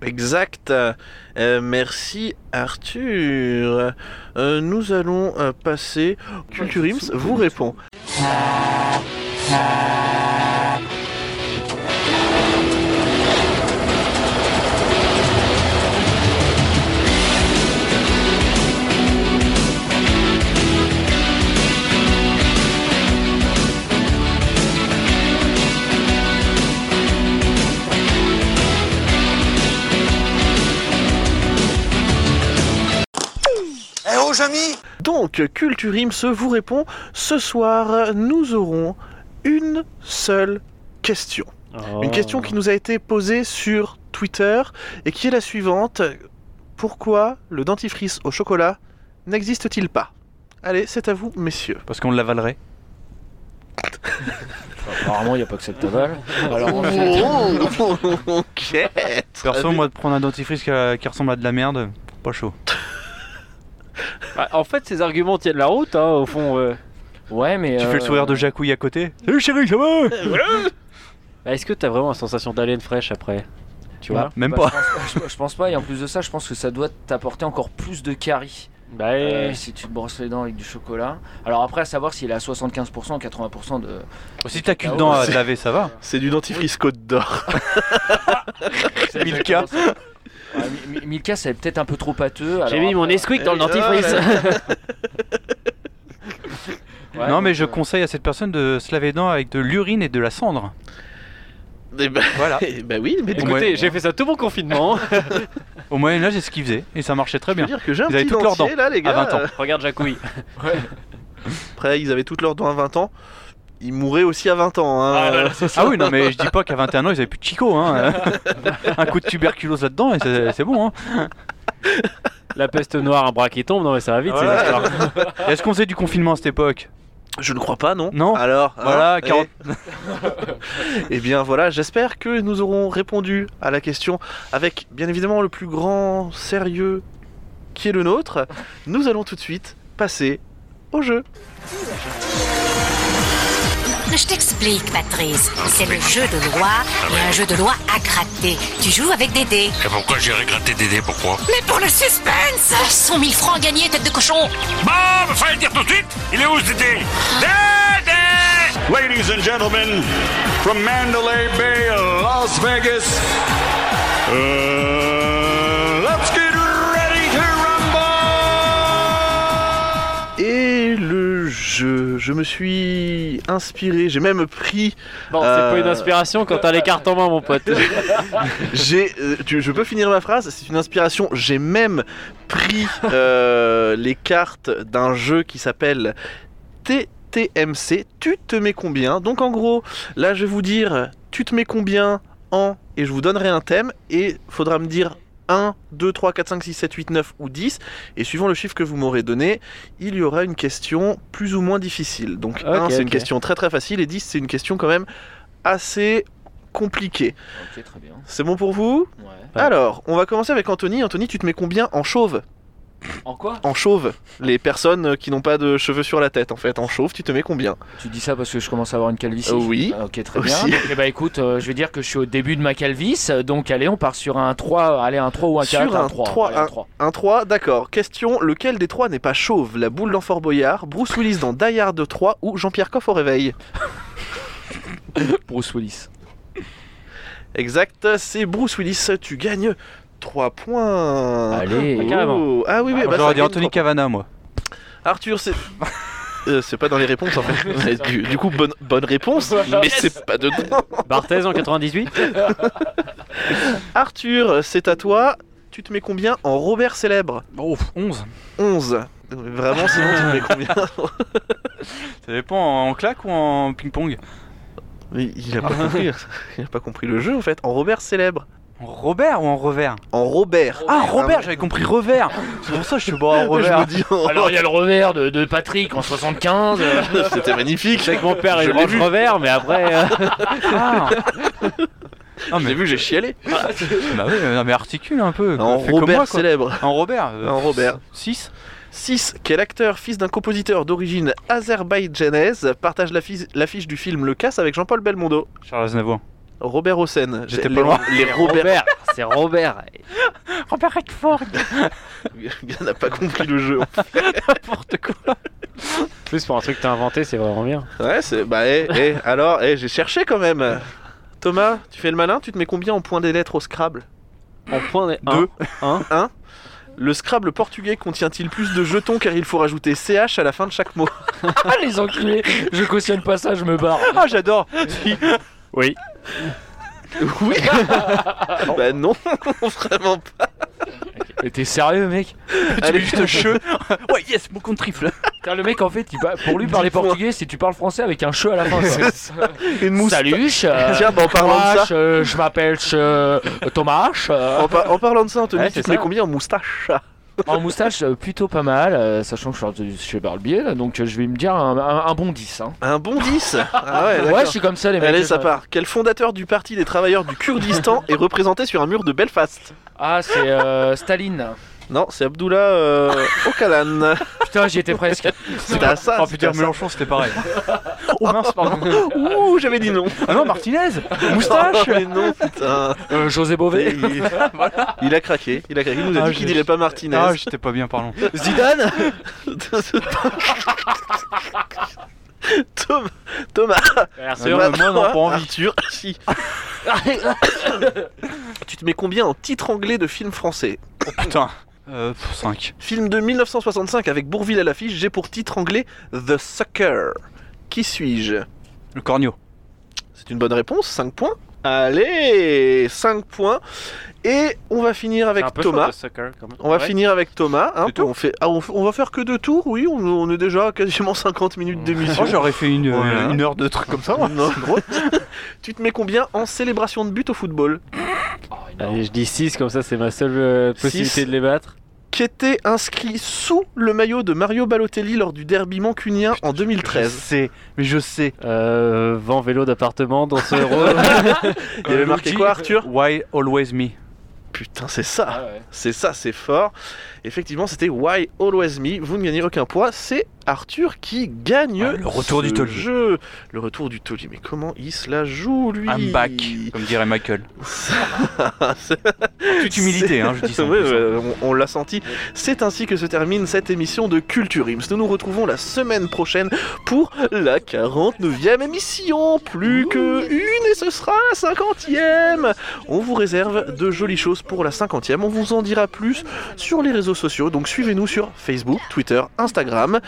S2: Exact. Euh, merci Arthur. Euh, nous allons euh, passer. Culturims vous répond. Donc, Culturims vous répond. Ce soir, nous aurons une seule question. Une question qui nous a été posée sur Twitter et qui est la suivante. Pourquoi le dentifrice au chocolat n'existe-t-il pas Allez, c'est à vous, messieurs.
S1: Parce qu'on l'avalerait.
S4: Apparemment, il n'y a pas que cette (laughs) table. Alors, on-
S2: (laughs) ok. Ah,
S1: Perso,
S4: Ah,
S2: bien.
S1: moi, de prendre un dentifrice qui, a- qui ressemble à de la merde, pas chaud.
S3: Bah, en fait, ces arguments tiennent la route, hein, au fond. euh.
S4: ouais, mais.
S1: Tu
S4: euh,
S1: fais le sourire de Jacouille à côté Salut chérie, ça va
S3: Bah, Est-ce que t'as vraiment la sensation d'alien fraîche après Tu vois
S1: Même
S4: bah,
S1: pas.
S4: Je pense, je pense pas, et en plus de ça, je pense que ça doit t'apporter encore plus de caries.
S3: Bah,
S4: Euh, si tu te brosses les dents avec du chocolat. Alors après, à savoir s'il est à 75% ou 80% de...
S1: Si t'as
S4: bah,
S1: qu'une dent à te laver, ça
S4: (laughs)
S1: va.
S2: C'est du dentifrice Côte d'Or.
S1: Milka.
S4: Ouais, Ah, Mi- Mi- Milka, c'est peut-être un peu trop pâteux.
S3: j'ai
S4: alors
S3: mis mon
S4: après-
S3: Nesquik dans le
S2: Eh, oh là
S3: (laughs) dentifrice.
S4: Ouais,
S1: non,
S4: donc,
S1: mais je
S4: euh,
S1: conseille à cette personne de se laver les dents avec de l'urine et de la cendre.
S2: Eh ben,
S1: Voilà.
S2: (laughs) eh ben oui, mais du coup,
S1: Ouais.
S3: Écoutez, j'ai fait ça tout mon confinement. hein.
S1: Au Moyen-Âge, c'est ce qu'ils faisaient et ça marchait très
S2: je veux
S1: bien.
S2: dire que j'ai un
S1: Ils avaient
S2: petit
S1: toutes leurs
S2: dentier là, les gars.
S1: 20 ans.
S3: Regarde Jacouille.
S2: Après, ils avaient toutes leurs dents à 20 ans. il mourait aussi à 20 ans. hein.
S1: Ah,
S3: Euh,
S1: oui, non, mais je dis pas qu'à 21 ans, ils avaient plus de Chico.
S2: (laughs)
S1: Hein. un coup de tuberculose là-dedans, et c'est c'est bon. Hein.
S3: La peste noire, un bras qui tombe, non mais ça va vite.
S1: Voilà.
S3: ces histoires.
S1: Est-ce qu'on faisait du confinement à cette époque
S2: Je ne crois pas, non
S1: Non
S2: Alors,
S1: Voilà,
S2: hein,
S1: 40
S2: et... (laughs) Eh bien voilà, j'espère que nous aurons répondu à la question avec bien évidemment le plus grand sérieux qui est le nôtre. Nous allons tout de suite passer au jeu.
S11: Je t'explique, Patrice. C'est le jeu de loi et un jeu de loi à gratter. Tu joues avec des dés.
S12: Et pourquoi j'irai gratter des dés Pourquoi
S11: Mais pour le suspense 100 000 francs gagnés, tête de cochon
S12: Bon, bah, fallait le dire tout de suite Il est où ce dé
S8: Ladies and gentlemen, from Mandalay Bay, Las Vegas, uh, let's get ready to
S2: Et le jeu, je me suis inspiré, j'ai même pris...
S3: Bon, c'est
S2: euh,
S3: pas une inspiration quand t'as les cartes en main, mon pote.
S2: J'ai, euh, tu- je peux finir ma phrase. C'est une inspiration. J'ai même
S4: (laughs)
S2: pris euh, les cartes d'un jeu qui s'appelle TTMC. Tu te mets combien Donc en gros, là, je vais vous dire, tu te mets combien en et je vous donnerai un thème et faudra me dire. 1, 2, 3, 4, 5, 6, 7, 8, 9 ou 10. Et suivant le chiffre que vous m'aurez donné, il y aura une question plus ou moins difficile. Donc 1,
S4: Ok,
S2: c'est une
S4: ok.
S2: question très très facile et 10, c'est une question quand même assez compliquée.
S4: Ok, très bien.
S2: C'est bon pour vous
S4: Ouais.
S2: Alors, on va commencer avec Anthony. Anthony, tu te mets combien en chauve
S4: En quoi
S2: En chauve. Les personnes euh, qui n'ont pas de cheveux sur la tête, en fait. En chauve, tu te mets combien
S4: Tu dis ça parce que je commence à avoir une calvitie.
S2: Euh, oui.
S4: Ah, ok, très
S2: Aussi.
S4: bien. Donc, eh ben, écoute, euh, je vais dire que je suis au début de ma calvitie. euh, Donc, allez, on part sur un 3, allez, un 3 ou un 4.
S2: Sur un
S4: 3.
S2: 3,
S4: allez,
S2: un,
S4: un 3.
S2: un 3, d'accord. Question, lequel des trois n'est pas chauve La boule dans Fort Boyard, Bruce Willis dans Die Hard 3 ou Jean-Pierre Coff au réveil
S4: Bruce Willis.
S2: Exact, c'est Bruce Willis. Tu gagnes 3 points.
S4: Allez.
S2: Oh.
S1: Ah, Carrément.
S2: Ah oui, oui. bah, ça
S1: J'aurais dit
S2: gagne
S1: Anthony
S2: trois points.
S1: Cavana, moi.
S2: Arthur, c'est... (laughs) Euh, c'est pas dans les
S1: (laughs)
S2: réponses en fait. du, du coup, bonne, bonne réponse, mais c'est pas dedans.
S3: Barthez en 98
S2: Arthur, c'est à toi. Tu te mets combien en Robert célèbre
S1: Oh, 11.
S2: 11. Vraiment, sinon tu te mets combien
S1: Ça dépend en claque ou en ping-pong
S2: (laughs) Mais Il a pas compris. Il a pas compris le jeu en fait. En Robert célèbre.
S1: En Robert ou en revers
S2: En Robert.
S1: Ah, Robert, j'avais compris revers C'est pour ça que je suis bon en revers.
S2: (laughs) Je me dis, oh,
S4: Alors, il y a le revers de, de Patrick en 75. euh,
S2: (laughs) c'était magnifique.
S3: C'est que mon père
S2: Je
S3: il
S2: l'ai
S3: range
S2: vu.
S3: revers, mais après. euh,
S1: Ah
S2: Je l'ai vu, j'ai chialé.
S1: Bah oui, non, mais articule un peu. quoi.
S2: En
S1: Fais comme
S2: Robert
S1: moi, quoi.
S2: célèbre.
S1: En Robert euh,
S2: En Robert.
S1: 6
S2: 6. Quel acteur, fils d'un compositeur d'origine azerbaïdjanaise, partage l'affiche l'affiche du film Le Casse avec Jean-Paul Belmondo
S1: Charles Aznavour.
S2: Robert Hossein.
S1: J'étais
S2: Les-
S1: pas loin.
S2: Les Robert. (laughs)
S3: Robert, c'est Robert.
S1: Robert Redford
S2: Bien n'a pas compris le jeu.
S1: N'importe quoi
S3: En plus, pour un truc que t'as inventé, c'est vraiment bien.
S2: Ouais, c'est. Bah, eh, eh, alors, eh, j'ai cherché quand même. Thomas, tu fais le malin, tu te mets combien en points des lettres au Scrabble
S3: En point des-
S2: Deux.
S3: un.
S2: 1. Le Scrabble portugais contient-il plus de jetons car il faut rajouter CH à la fin de chaque mot
S4: Ah, les enculés Je cautionne pas ça, je me barre.
S1: Ah, j'adore
S3: Oui.
S2: Oui (laughs) Bah non, (laughs) vraiment pas.
S4: Mais t'es sérieux, mec
S1: Allez, juste cheveux Ouais, yes, mon compte trifle
S4: Putain, Le mec, en fait, il va- pour lui parler
S2: Dis-moi.
S4: portugais, c'est tu parles français avec un che à la fin. quoi.
S2: C'est ça. Une mousse.
S4: Salut euh,
S2: Tiens, bah, en parlant de
S4: moi,
S2: ça.
S4: je- je m'appelle euh, Thomas. euh,
S2: En, par- en parlant de ça, Anthony,
S4: Ouais,
S2: tu
S4: c'est
S2: te mets
S4: ça.
S2: combien en moustache
S4: En moustache, euh, plutôt pas mal, euh, sachant que je suis ordi- je suis barbier, là, donc euh, je vais me dire un, un- un bon 10. hein.
S2: Un bon 10 Ah ouais,
S4: ouais,
S2: d'accord.
S4: je suis comme ça, les mecs.
S2: Allez,
S4: je-
S2: ça part. Quel fondateur du Parti des travailleurs du Kurdistan est représenté sur un mur de Belfast
S4: Ah, c'est euh, Staline.
S2: Non, c'est Abdullah euh, (laughs) Öcalan.
S4: Putain, j'y étais presque.
S2: C'était à ça.
S1: Oh
S2: c'était à
S1: putain,
S2: Ah, ça.
S1: Mélenchon, c'était
S2: (laughs)
S1: pareil. Oh mince, pardon.
S2: Ouh, j'avais dit non.
S1: Ah non, Martinez Moustache
S2: Oh, (laughs) mais non, (laughs) putain.
S4: Euh, José Bové.
S2: Il, il a craqué. Il a craqué. Il nous a
S1: Ah,
S2: dit qu'il
S1: j'ai-
S2: dirait pas Martinez.
S1: Ah, j'étais pas bien, pardon.
S2: Zidane (laughs) Tom- Thomas,
S1: Ah, non, mais moi, non, pas envie.
S2: Arthur,
S1: (laughs)
S2: si. tu te mets combien en titre anglais de film français
S1: Putain. Euh, 5.
S2: Film de 1965 avec Bourville à l'affiche, j'ai pour titre anglais The Sucker. Qui suis-je
S1: Le corneau.
S2: C'est une bonne réponse, 5 points. Allez, 5 points. Et on va finir avec
S3: un peu chaud
S2: Thomas.
S3: de soccer, quand même.
S2: On va
S3: Ouais.
S2: finir avec Thomas. hein, on, fait, ah, on, f- on va faire que deux tours, oui. On, on est déjà à quasiment (laughs) 50 minutes d'émission.
S1: Oh, j'aurais fait une, euh,
S2: Voilà.
S1: une heure de trucs comme ça. moi.
S2: Non, gros. (laughs) tu te mets combien en célébration de but au football
S3: Allez, je dis 6, comme ça, c'est ma seule euh, possibilité
S2: Six.
S3: de les battre.
S2: Qui était inscrit sous le maillot de Mario Balotelli lors du derby mancunien en 2013.
S1: C'est, mais je sais.
S3: Euh, vent vélo d'appartement, danseur rose.
S2: Il y avait marqué quoi, Arthur
S1: Why always me
S2: Putain, c'est ça.
S4: (laughs) Ah ouais.
S2: C'est ça, c'est fort. Effectivement, c'était Why Always Me. Vous ne gagnez aucun point. C'est Arthur qui gagne
S1: Ah, le retour
S2: ce
S1: du Tolly.
S2: jeu. Le retour du Tolly. Mais comment il se la joue, lui
S1: I'm back, comme dirait Michael.
S2: (laughs)
S1: Toute humilité, hein, je dis ça. en
S2: Ouais,
S1: plus, hein.
S2: ouais, on, on l'a senti. C'est ainsi que se termine cette émission de Culture Ims. Nous nous retrouvons la semaine prochaine pour la 49e émission. Plus que une et ce sera la 50e. On vous réserve de jolies choses pour la 50e. On vous en dira plus sur les réseaux sociaux. Donc suivez-nous sur Facebook, Twitter, Instagram.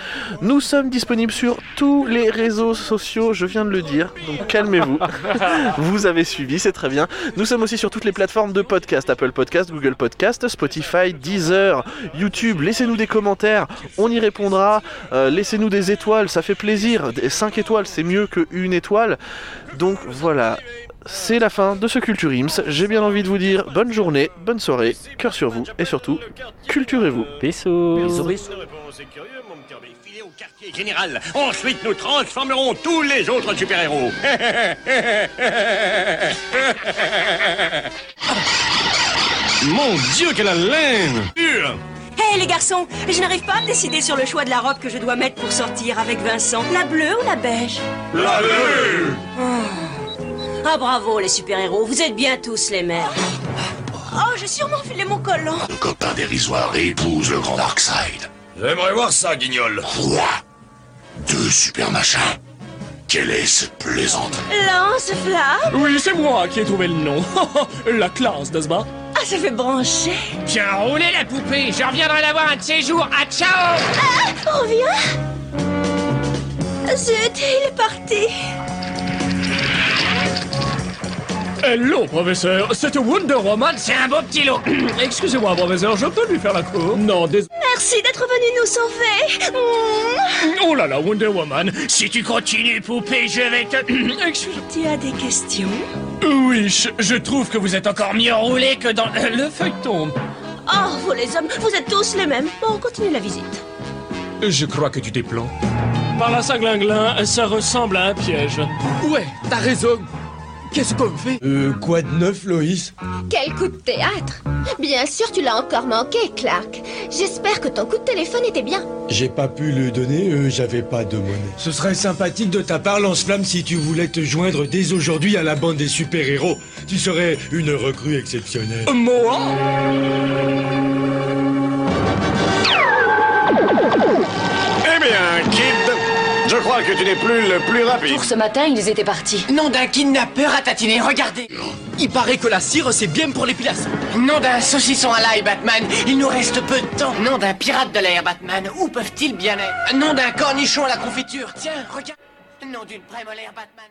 S2: Nous sommes disponibles sur tous les réseaux sociaux, je viens de le dire. Donc calmez-vous. Vous avez suivi, c'est très bien. Nous sommes aussi sur toutes les plateformes de podcast Apple Podcast, Google Podcast, Spotify, Deezer, YouTube. Laissez-nous des commentaires, on y répondra. Euh, Laissez-nous des étoiles, ça fait plaisir. 5 étoiles, c'est mieux que une étoile. Donc voilà. C'est la fin de ce Culture Ims. J'ai bien envie de vous dire bonne journée, bonne soirée, cœur sur vous et surtout, culturez-vous.
S3: Bisous.
S9: C'est curieux, mon petit Robin. Filez au quartier général. Ensuite, nous transformerons tous les autres
S8: (laughs)
S9: super-héros. mon Dieu, quelle haleine
S13: Hé les garçons, je n'arrive pas à me décider sur le choix de la robe que je dois mettre pour sortir avec Vincent. La bleue ou la beige
S9: La
S13: Ah bravo les super-héros, vous êtes bien tous les mères. Oh, j'ai sûrement filé mon collant.
S12: Copain dérisoire et épouse le grand Darkseid.
S9: J'aimerais voir ça, guignol.
S12: Quoi Deux super machins Quelle est cette plaisante
S13: Lance-flamme
S14: Oui, c'est moi qui ai trouvé le nom. (laughs) la classe, n'est-ce pas
S13: Ah, ça fait brancher.
S14: Bien roulé la poupée, je reviendrai la voir un de ces jours. À ciao
S13: Ah, reviens Zut, il est parti
S14: Hello, professeur. Cette Wonder Woman, c'est un beau petit lot. (clears throat) Excusez-moi, professeur, je peux lui faire la cour Non, désolé.
S13: Merci d'être venu nous sauver. Mouah.
S14: Oh là là, Wonder Woman, si tu continues, poupée, je vais te... Excuse-moi.
S13: Tu as des questions
S14: (clears throat) Oui, je, je trouve que vous êtes encore mieux roulé que dans le feuilleton.
S13: Oh, vous les hommes, vous êtes tous les mêmes. Bon, on continue la visite.
S14: Je crois que tu déplantes. Par la cinglinglin, ça ressemble à un piège. Ouais, t'as raison. Qu'est-ce qu'on fait
S15: Euh, quoi de neuf, Loïs
S16: Quel coup de théâtre Bien sûr, tu l'as encore manqué, Clark. J'espère que ton coup de téléphone était bien.
S15: J'ai pas pu le donner, euh, j'avais pas de monnaie. Ce serait sympathique de ta part, Lance-Flamme, si tu voulais te joindre dès aujourd'hui à la bande des super-héros. Tu serais une recrue exceptionnelle.
S14: Mohan
S9: Eh bien, Kid, je crois que tu n'es plus le plus rapide.
S17: ce matin, ils étaient partis. Nom d'un kidnappeur à tatiner, regardez Il paraît que la cire, c'est bien pour l'épilation. Nom d'un saucisson à l'ail, Batman, il nous reste peu de temps. Nom d'un pirate de l'air, Batman, où peuvent-ils bien être Nom d'un cornichon à la confiture, tiens, regarde. Nom d'une prémolaire, Batman.